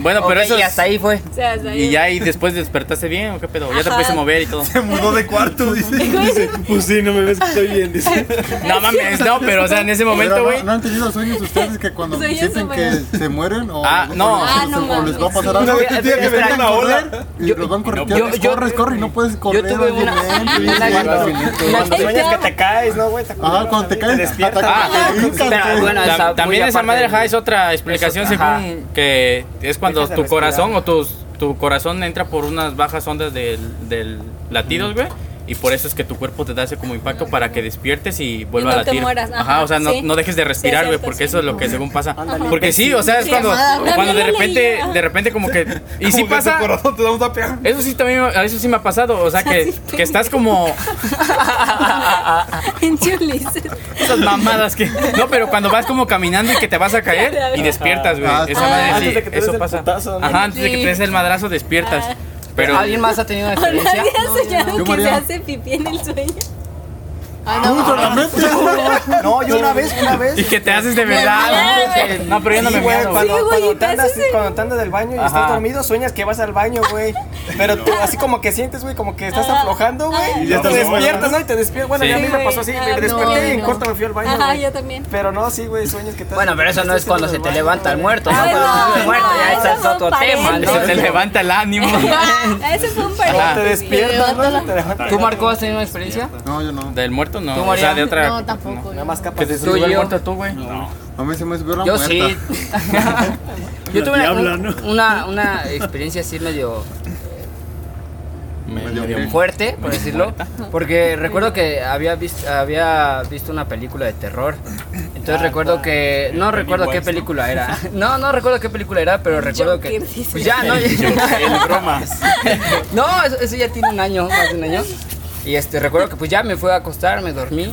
S1: Bueno, pero
S4: Ok,
S1: eso
S4: y
S1: es-
S4: hasta ahí fue.
S6: O sea, hasta ahí-
S1: Y ya y después despertaste bien, ¿o qué pedo? Ya te
S6: Ajá.
S1: pudiste mover y todo. Se
S5: mudó de cuarto, dice.
S6: dice
S3: pues sí, no me ves que estoy bien, dice.
S1: No mames, no, pero o sea, en ese momento,
S5: Pero
S1: güey.
S5: ¿no, ¿No han tenido sueños ustedes que cuando
S6: Sueños
S5: sienten que
S6: súper-
S5: se mueren o,
S1: Ah,
S5: o-
S1: no.
S5: o-
S1: Ah,
S5: o-
S1: no
S5: o les va a
S1: mames.
S5: pasar
S1: Una
S5: algo?
S1: vez que tenía que
S5: Espera,
S1: venir una
S5: correr Y los van correteando.
S1: yo- yo-
S5: corres, corres y no puedes correr.
S1: tuve
S5: oye,
S1: una-
S5: ven,
S1: una-
S5: sí,
S1: una-
S5: sí,
S1: cuando-
S5: sí, sí.
S9: Cuando sueñas que te caes, ¿no, güey?
S5: Ajá, cuando te caes.
S9: despiertas.
S5: hasta-
S1: Ah,
S5: te brincas,
S1: espera,
S5: güey.
S1: bueno,
S5: Ta-
S1: esa- también esa madre ajá, es otra explicación
S4: es otra,
S1: según que es cuando
S4: Dejas de
S1: tu
S4: respirar.
S1: corazón o tus, tu corazón entra por unas bajas ondas del, del latidos, güey. Y por eso es que tu cuerpo te da ese como impacto para que despiertes y vuelva
S6: Y no
S1: a
S6: te
S1: latir.
S6: mueras,
S1: ajá,
S6: ajá,
S1: o sea, no,
S6: sí.
S1: no dejes de respirar,
S6: Sí,
S1: güey,
S6: es
S1: porque eso
S6: cierto,
S1: es lo que según pasa.
S6: Ándale,
S1: Porque sí, o sea, es
S6: Sí,
S1: cuando,
S6: amada, también
S1: cuando de
S6: lo leí,
S1: repente,
S6: ajá.
S1: de repente como que y sí
S11: Como que tu
S1: pasa.
S11: corazón te da un tape.
S1: Eso sí también a eso sí me ha pasado, o sea, que, que estás como
S6: En chulices.
S1: Esas mamadas que. No, pero cuando vas como caminando y que te vas a caer y despiertas, güey.
S4: Ah,
S1: Esa
S4: ah.
S1: madre
S4: Antes
S1: sí,
S4: de que te
S1: eso
S4: des el
S1: pasa.
S4: putazo, ¿no?
S1: Ajá, antes de que
S4: Sí.
S1: te des el madrazo despiertas. Pero.
S4: ¿Alguien más ha tenido una
S6: ¿O
S4: experiencia?
S6: nadie ha soñado
S1: Yo,
S6: que se
S1: María.
S6: hace pipí en el sueño?
S1: Ah,
S5: Tú solamente.
S9: No, yo una vez, una vez.
S1: Y que te haces de
S9: Me
S1: verdad.
S9: mareé,
S1: ¿no? No, pero yo no
S9: Sí,
S1: me
S9: güey,
S1: muero.
S9: Cuando, cuando te andas, cuando te andas del baño y
S1: Ajá.
S9: estás dormido, sueñas que vas al baño, güey. Pero tú así como que sientes, güey, como que estás aflojando, güey.
S5: Y
S9: Y
S5: ya
S9: te
S5: estás muerto,
S9: despiertas,
S5: ¿no?
S9: ¿no? Y te despiertas. Bueno,
S5: Sí.
S9: ya a mí
S5: Sí,
S9: me pasó así,
S5: güey.
S9: me
S5: Ah,
S9: desperté
S5: no,
S9: y en
S5: no.
S9: corto me fui al baño,
S6: Ajá,
S9: güey.
S6: yo también.
S9: Pero no, sí, güey, sueñas que estás...
S4: Bueno, pero eso no es cuando se te levanta el muerto, Ah, ¿no?
S6: Ay,
S4: Cuando
S6: no,
S4: se te muerto,
S6: no,
S4: ya
S6: eso
S4: ese es
S6: fue
S4: otro
S6: un
S4: tema.
S6: paréntesis.
S4: ¿no?
S1: Se levanta el ánimo.
S6: Ese fue un paréntesis.
S4: ¿Tú, Marco, has tenido una experiencia?
S5: No, yo no.
S1: Del muerto
S4: ¿Tú,
S1: no. O
S4: María?
S1: sea, de otra.
S4: No,
S12: tampoco.
S9: Nada más capaz
S1: Que te subió el muerto tú, güey.
S5: A mí se me subió la
S4: Yo
S5: muerta.
S4: sí. Yo tuve una,
S5: diabla,
S4: un-
S5: ¿no?
S4: una, una experiencia así medio
S1: Medio
S4: fuerte, por decirlo, porque recuerdo que había visto, había visto una película de terror. Entonces recuerdo que no recuerdo qué
S1: Pennywise,
S4: película era. No, no recuerdo qué película era, pero recuerdo que pues ya no. No, eso, eso ya tiene un año, más de un año. Y este, recuerdo que pues ya me fui a acostar, me dormí.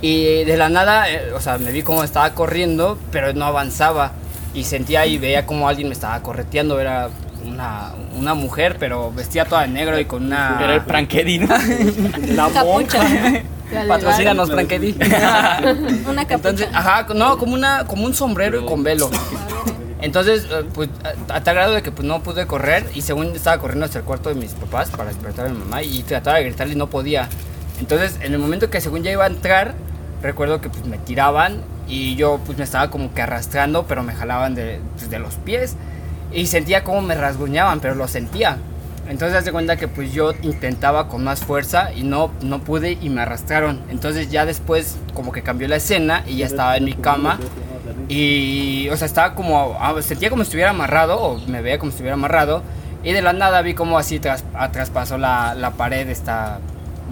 S4: Y de la nada, eh, o sea, me vi como estaba corriendo, pero no avanzaba. Y sentía y veía como alguien me estaba correteando. Era una, una mujer, pero vestía toda de negro y con una...
S1: Era el Frankedin.
S4: La
S6: Capucha.
S4: Patrocínanos, Frankedin.
S6: Una
S4: Entonces, ajá, no, como, una, como un sombrero y con velo. Entonces, eh, pues, a, a tal grado de que pues, no pude correr y según estaba corriendo hasta el cuarto de mis papás para despertar a mi mamá y trataba de gritarle y no podía. Entonces, en el momento que según ya iba a entrar, recuerdo que pues, me tiraban y yo pues me estaba como que arrastrando, pero me jalaban de, pues, de los pies y sentía como me rasguñaban, pero lo sentía. Entonces, haz de cuenta que pues yo intentaba con más fuerza y no, no pude y me arrastraron. Entonces, ya después, como que cambió la escena y ya estaba en mi cama. Y, o sea, estaba como, ah, sentía como si estuviera amarrado, o me veía como si estuviera amarrado. Y de la nada vi como así tras, ah, traspasó la, la pared de esta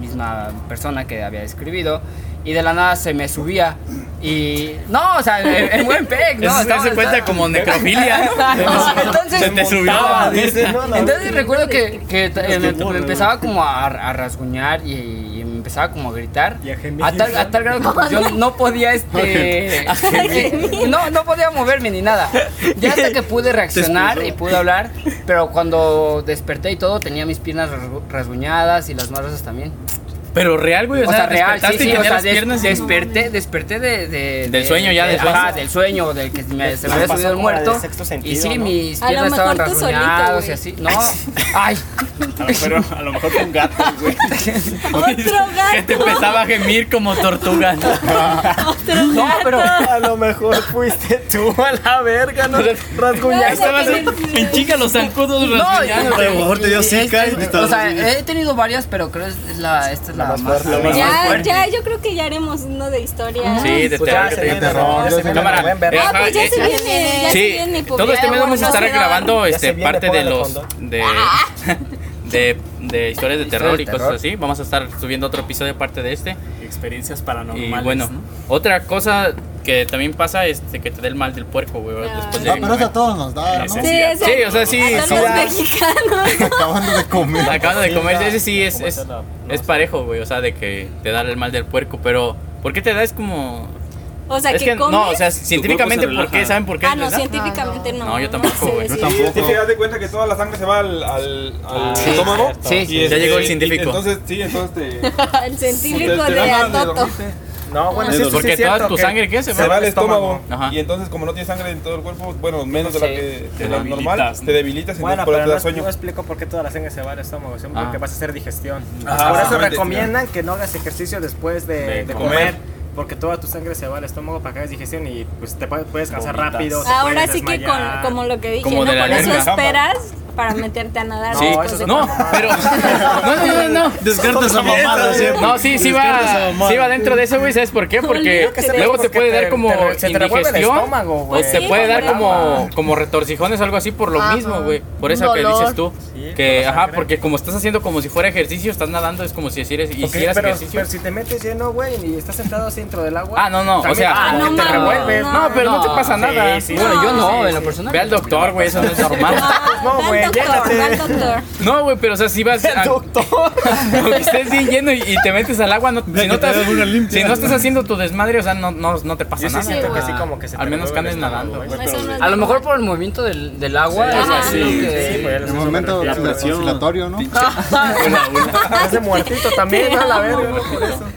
S4: misma persona que había escribido. Y de la nada se me subía. Y, no, o sea, en, en buen peg, ¿no?
S1: Eso-
S4: Estaba-
S1: eso cuenta
S4: estaba-
S1: como necrofilia.
S4: No, entonces,
S1: Se te subió.
S4: montaba,
S1: dice, ¿no? La
S4: Entonces
S1: verdad.
S4: recuerdo que, que t-
S1: Los
S4: me,
S1: que
S4: me
S1: molan,
S4: empezaba como a, a rasguñar y, y empezaba como a gritar. A tal, a tal grado que yo no podía este.
S10: A gemir.
S4: no, no podía moverme ni nada. Ya hasta que pude reaccionar y pude hablar. Pero cuando desperté y todo, tenía mis piernas rasgu- rasguñadas y las manos también.
S1: Pero real, güey. O, sea, despertaste y
S4: o
S1: tenías
S4: sea,
S1: las
S4: des-
S1: piernas y-
S4: desperté, desperté de, de-
S1: Del
S4: de-
S1: sueño ya,
S4: de-
S1: del
S4: ajá,
S1: sueño.
S4: del sueño, del que me- se me
S1: Te
S4: había
S1: pasó
S4: subido el
S1: como la de
S4: muerto.
S1: sexto
S4: y
S1: sentido,
S4: sí,
S1: ¿no?
S4: mis
S1: A lo
S4: piernas estaban
S1: mejor tú solito,
S4: rasguñadas y
S1: güey.
S4: así. No, ay.
S8: Pero a lo mejor fue un gato, güey.
S1: Que te empezaba a gemir como tortuga.
S9: No, pero a lo mejor fuiste tú a la verga, no rasguñaste.
S1: Estabas en en chica los zancudos
S4: No,
S1: rasguñando.
S4: y- A lo mejor te dio
S1: seca
S4: O sea, he tenido varias, pero creo que es la, esta es la, más, la más
S6: Ya,
S4: fuerte.
S6: ya, yo creo que ya haremos uno de historia.
S1: Sí, de terror.
S4: se
S1: de
S4: viene,
S1: terror.
S4: ya se viene,
S1: Cámara,
S4: buen verbo.
S1: eh,
S6: Ah, pues ya
S1: ajá,
S6: se
S1: eh,
S6: viene, ya se
S1: Sí,
S6: viene.
S1: todo este mes
S6: pupi.
S1: vamos a estar grabando este,
S6: viene,
S1: parte de
S6: ponle
S1: los de, de, de historias de terror y cosas así. Vamos a estar subiendo otro episodio aparte de este.
S8: Experiencias
S1: Y
S8: paranormales.
S1: bueno, otra cosa que también pasa es que te dé el mal del puerco, güey. Después de
S5: Ah, pero eso a todos nos da, ¿no?
S1: Sí, es Sí, o sea, sí.
S6: A todos
S1: sí.
S6: los mexicanos.
S5: Acabando de comer.
S1: Acabando de comer, ese sí es, es, es parejo, güey. O sea, de que te da el mal del puerco, pero ¿por qué te da? Es como.
S6: O sea,
S1: es
S6: que comes.
S1: No, o sea, científicaamente, ¿por qué? ¿Saben por qué?
S6: Ah, no,
S1: les da?
S6: científicamente no.
S1: No, yo tampoco, güey.
S11: Sí, sí, sí, haz de cuenta que toda la sangre se va al, al, al
S1: Ah, sí,
S11: estómago.
S1: cierto. Sí,
S11: Y
S1: sí, ya llegó el científico.
S11: y Entonces, sí, entonces te.
S6: El científico
S11: te- te
S6: de
S11: dan ganas de
S6: Atoto.
S11: dormirte.
S9: No,
S1: bueno, sí, eso sí Porque es toda cierto, tu que sangre, ¿qué?
S11: Se, va al estómago.
S1: Ajá.
S11: Y entonces, como no tienes sangre en todo el cuerpo, bueno, menos de la
S9: Pues Sí.
S11: que
S1: Te
S11: de la
S1: debilitas,
S11: normal,
S1: ¿no?
S11: te debilitas y
S9: Bueno,
S11: por eso
S9: pero
S11: te
S9: no,
S11: da sueño.
S9: no explico por qué toda la sangre se va al estómago, siempre
S11: Ah.
S9: porque vas a hacer digestión.
S11: Ajá,
S9: por eso
S11: exactamente.
S9: recomiendan que no hagas ejercicio después de,
S11: De
S9: de
S11: comer.
S9: comer. porque toda tu sangre se va al estómago para que hagas digestión y pues te puedes, puedes cansar
S1: Vomitas.
S9: rápido. te
S6: Ahora
S9: puedes
S6: sí que con,
S9: desmayar.
S6: como lo que dije,
S9: Como
S6: ¿no?
S9: de la
S6: Por eso
S9: alberca.
S6: esperas para meterte a nadar.
S1: Sí.
S6: después pues, de
S1: No, pero. No, no, no, no.
S3: Descarta esa mamada, siempre.
S1: No, sí, sí
S3: Descarta esa
S1: va,
S3: mamada.
S1: sí va dentro de eso, güey. ¿Sabes por qué? Porque
S9: Creo que se te-
S1: luego te
S9: porque
S1: puede
S9: te-
S1: dar como
S9: te- se te revuelve el
S1: indigestión.
S9: estómago, güey.
S1: O
S9: Pues
S1: te
S9: sí,
S1: puede dar
S9: por
S1: como,
S9: agua.
S1: como retorcijones o algo así por lo
S9: Ajá.
S1: mismo, güey. Por
S9: Un
S1: eso que
S9: dolor.
S1: dices tú.
S9: Sí,
S1: Que,
S9: por la
S1: ajá,
S9: sangre.
S1: porque como estás haciendo como si fuera ejercicio, estás nadando, es como si hicieras,
S9: Ok,
S1: hicieras
S9: pero,
S1: ejercicio.
S9: pero si te metes lleno, güey, y estás sentado así dentro del agua.
S1: Ah, no, no, o
S9: también
S1: sea,
S9: como que te revuelves.
S1: no, pero no, te pasa nada.
S4: Bueno, yo no, en
S1: la
S4: lo personal.
S1: Ve al doctor, güey, eso no es normal.
S9: No, güey, llénate.
S1: No, güey, pero o sea, si vas al doctor, aunque estés bien lleno y, y te metes al agua, no, si, no
S9: que te
S1: estás,
S9: hagas una limpia.
S1: si no estás haciendo tu desmadre, o sea, no, no, no te pasa
S9: Yo sí
S1: nada.
S9: siento que
S1: güey.
S9: sí como que se te
S1: al menos que
S9: revuelve
S1: andes
S9: el estómago,
S1: nadando, güey.
S4: Pero- a lo mejor por el movimiento del, del agua.
S1: Sí,
S4: es
S1: ajá,
S4: así
S1: sí,
S4: que-
S1: sí,
S5: En el momento oscilatorio, ¿no?
S9: pues, Ese muertito también, a la verga.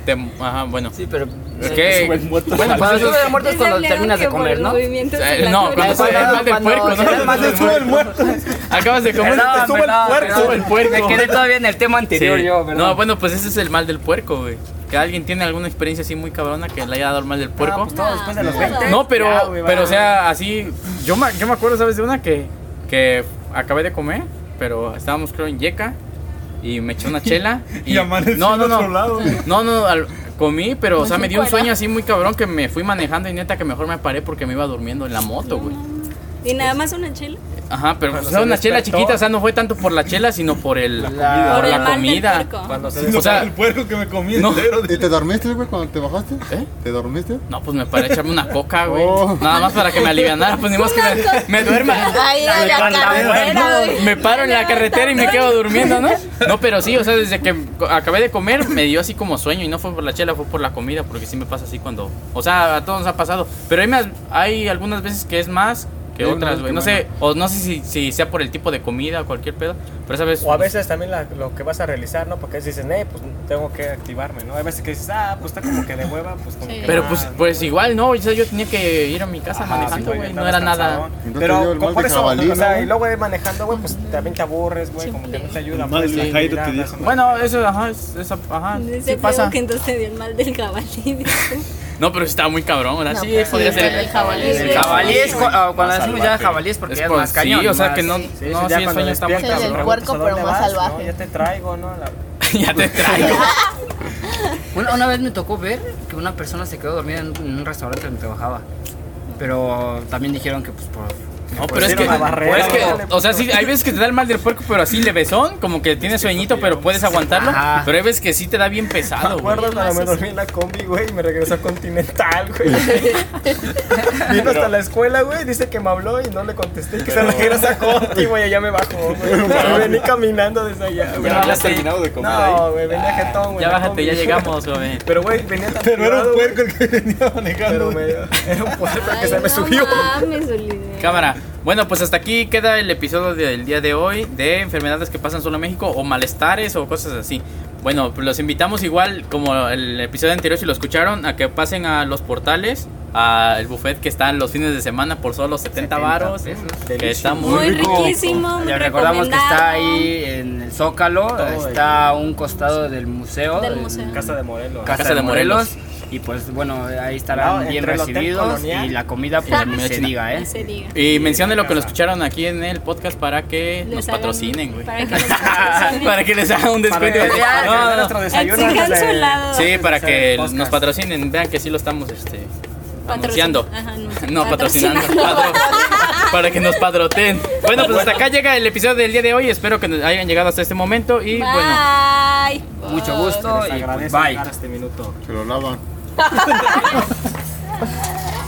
S1: Te- ajá, bueno. Sí,
S4: pero.
S1: Es que.
S4: Bueno, cuando sube el muerto es cuando terminas de comer, ¿no?
S1: Eh, no, cuando se da el mal del puerco, ¿no? muerto. Acabas de comer.
S4: Perdón, perdón, perdón.
S1: Sube el puerco.
S4: Me quedé todavía en el tema anterior
S1: Sí.
S4: yo, ¿verdad?
S1: No, bueno, pues ese es el mal del puerco, güey. Que alguien tiene alguna experiencia así muy cabrona que le haya dado el mal del puerco.
S9: pues todo después de los 20.
S1: No, pero,
S9: Ya, güey, va.
S1: pero o sea, así. Yo me, yo me acuerdo, ¿sabes? De una que, que acabé de comer, pero estábamos, creo, en Yeca. Y me eché una chela. Y,
S11: Y amanecí
S1: no, no,
S11: en
S1: no.
S11: otro lado, güey.
S1: No, no, al- comí, pero, o sea, me
S11: Amanecí
S1: dio un
S11: fuera.
S1: sueño así muy cabrón que me fui manejando y neta que mejor me paré porque me iba durmiendo en la moto, güey.
S6: Y nada más una chela.
S1: Ajá, pero
S9: Cuando
S1: o sea,
S9: se
S1: una chela
S9: despertó.
S1: chiquita, o sea, no fue tanto por la chela, sino por el
S9: comida.
S1: por
S9: Por el
S1: la
S9: mal del
S1: comida.
S9: puerco. Cuando se
S1: o sea,
S11: puerco que me comí
S3: pues
S5: ¿Y te dormiste, güey, cuando te bajaste? ¿Eh? ¿Te dormiste?
S1: No, pues me paré a echarme una coca, güey.
S5: Oh.
S1: Nada más para que me alivianara, pues ni más que me, me duerma.
S10: Ahí en la
S1: Cuando
S10: carretera,
S1: duermo,
S10: güey.
S1: Me paro en la carretera y me quedo durmiendo, ¿no? No, pero sí, o sea, desde que acabé de comer me dio así como sueño y no fue por la chela, fue por la comida, porque sí me pasa así cuando, o sea, a todos nos ha pasado, pero hay más- hay algunas veces que es más que
S9: Hay
S1: otras,
S9: unas
S1: güey.
S9: que
S1: No sé,
S9: menos.
S1: o no sé si, si sea por el tipo de comida o cualquier pedo, pero esa vez
S9: O a veces también la- lo que vas a realizar, ¿no? Porque a veces dices, eh, pues tengo que activarme, ¿no? Hay veces que dices, ah, pues está como que de hueva, pues como que.
S1: Pero
S9: ah,
S1: pues, pues igual, no, o sea, yo tenía que ir a mi casa manejando, güey, no era nada.
S9: Pero
S1: como
S9: como por eso, o sea, y luego güey, manejando, güey, pues también te aburres, güey, como que no te ayuda.
S1: Madre,
S9: pues,
S1: la
S9: sí,
S1: Jairo
S9: mira,
S1: te
S9: la-
S1: dijo. Bueno, eso, ajá, eso, ajá,
S6: Dice
S1: Ah, sí
S6: Feo
S1: pasa.
S6: que entonces te dio el mal del jabalí. dice.
S1: No, pero estaba muy cabrón, ¿verdad?
S6: No,
S1: sí,
S6: pues,
S1: podría
S6: sí,
S1: ser.
S6: el jabalí.
S4: El jabalí es cu- ah, cuando decimos ya jabalí es porque ya es más cañón.
S1: Sí, o sea,
S4: más-
S1: que no,
S4: sí,
S1: no,
S4: ya
S1: sí, el
S4: cuando
S1: sueño está muy
S4: despiertas,
S1: cabrón.
S9: puerco,
S12: pero más salvaje.
S9: Ya te traigo, ¿no? La-
S1: Pues
S4: Una, una vez me tocó ver que una persona se quedó dormida en, en un restaurante donde trabajaba. Pero también dijeron que pues por
S1: No, pero es que, es que, o sea, sí, hay veces que te da el mal del puerco, pero así levesón, como que tienes sueñito, pero puedes aguantarlo.
S9: Ajá.
S1: Pero hay veces que sí te da bien pesado,
S9: ¿Te
S1: güey.
S9: acuerdas cuando me dormí en la combi, güey? Y me regresó a Continental, güey. Vino hasta la escuela, güey. Dice que me habló y no le contesté. Que se
S8: Pero-
S9: regresa a Conti, güey. Allá me bajó, güey. Me vení caminando desde allá, güey.
S8: ¿Ya habías terminado de comer ahí?
S9: No, güey. Venía jetón, güey.
S1: Ya
S9: la
S1: bájate,
S9: combi.
S1: ya llegamos, güey.
S9: Pero, güey, venía tan Pero era un puerco el que venía manejando. era un puerco el que se me subió.
S1: Cámara. Bueno, pues hasta aquí queda el episodio del día de hoy de enfermedades que pasan solo en México o malestares o cosas así. Bueno, pues los invitamos igual como el episodio anterior si lo escucharon a que pasen a los portales, al buffet que está los fines de semana por solo 70 varos, que está muy,
S6: Muy riquísimo, muy
S4: Les recordamos que está
S6: recomendado.
S4: ahí en el Zócalo, está a un costado del museo,
S6: Del
S4: en
S6: museo.
S9: Casa de Morelos.
S4: Casa, de Morelos. Y pues bueno, ahí estarán
S9: No,
S4: bien
S9: entre el Hotel
S4: recibidos
S9: Colonial.
S4: y la comida pues
S6: Está-
S4: ni se diga, ¿eh?
S6: Ni se diga.
S1: Y mencione lo que lo escucharon aquí en el podcast para que
S6: Les
S1: nos
S6: hagan-
S1: patrocinen, güey.
S6: Para que les patrocinen.
S1: Para que les hagan un descuento.
S9: Para que-
S1: No, no, no.
S9: nuestro desayuno
S6: Exijan
S9: antes de-
S6: su lado.
S1: Sí, para que
S9: podcast.
S1: nos patrocinen. Vean que sí lo estamos este, anunciando.
S6: Ajá,
S1: No, patrocinando. Patro- para que nos padroten. Bueno, pues hasta acá llega el episodio del día de hoy. Espero que nos hayan llegado hasta este momento. Y bueno,
S6: Bye.
S4: Mucho gusto
S9: Les
S4: y pues,
S9: agradezco
S4: bye.
S9: llegar a este minuto.
S5: Se lo lavan.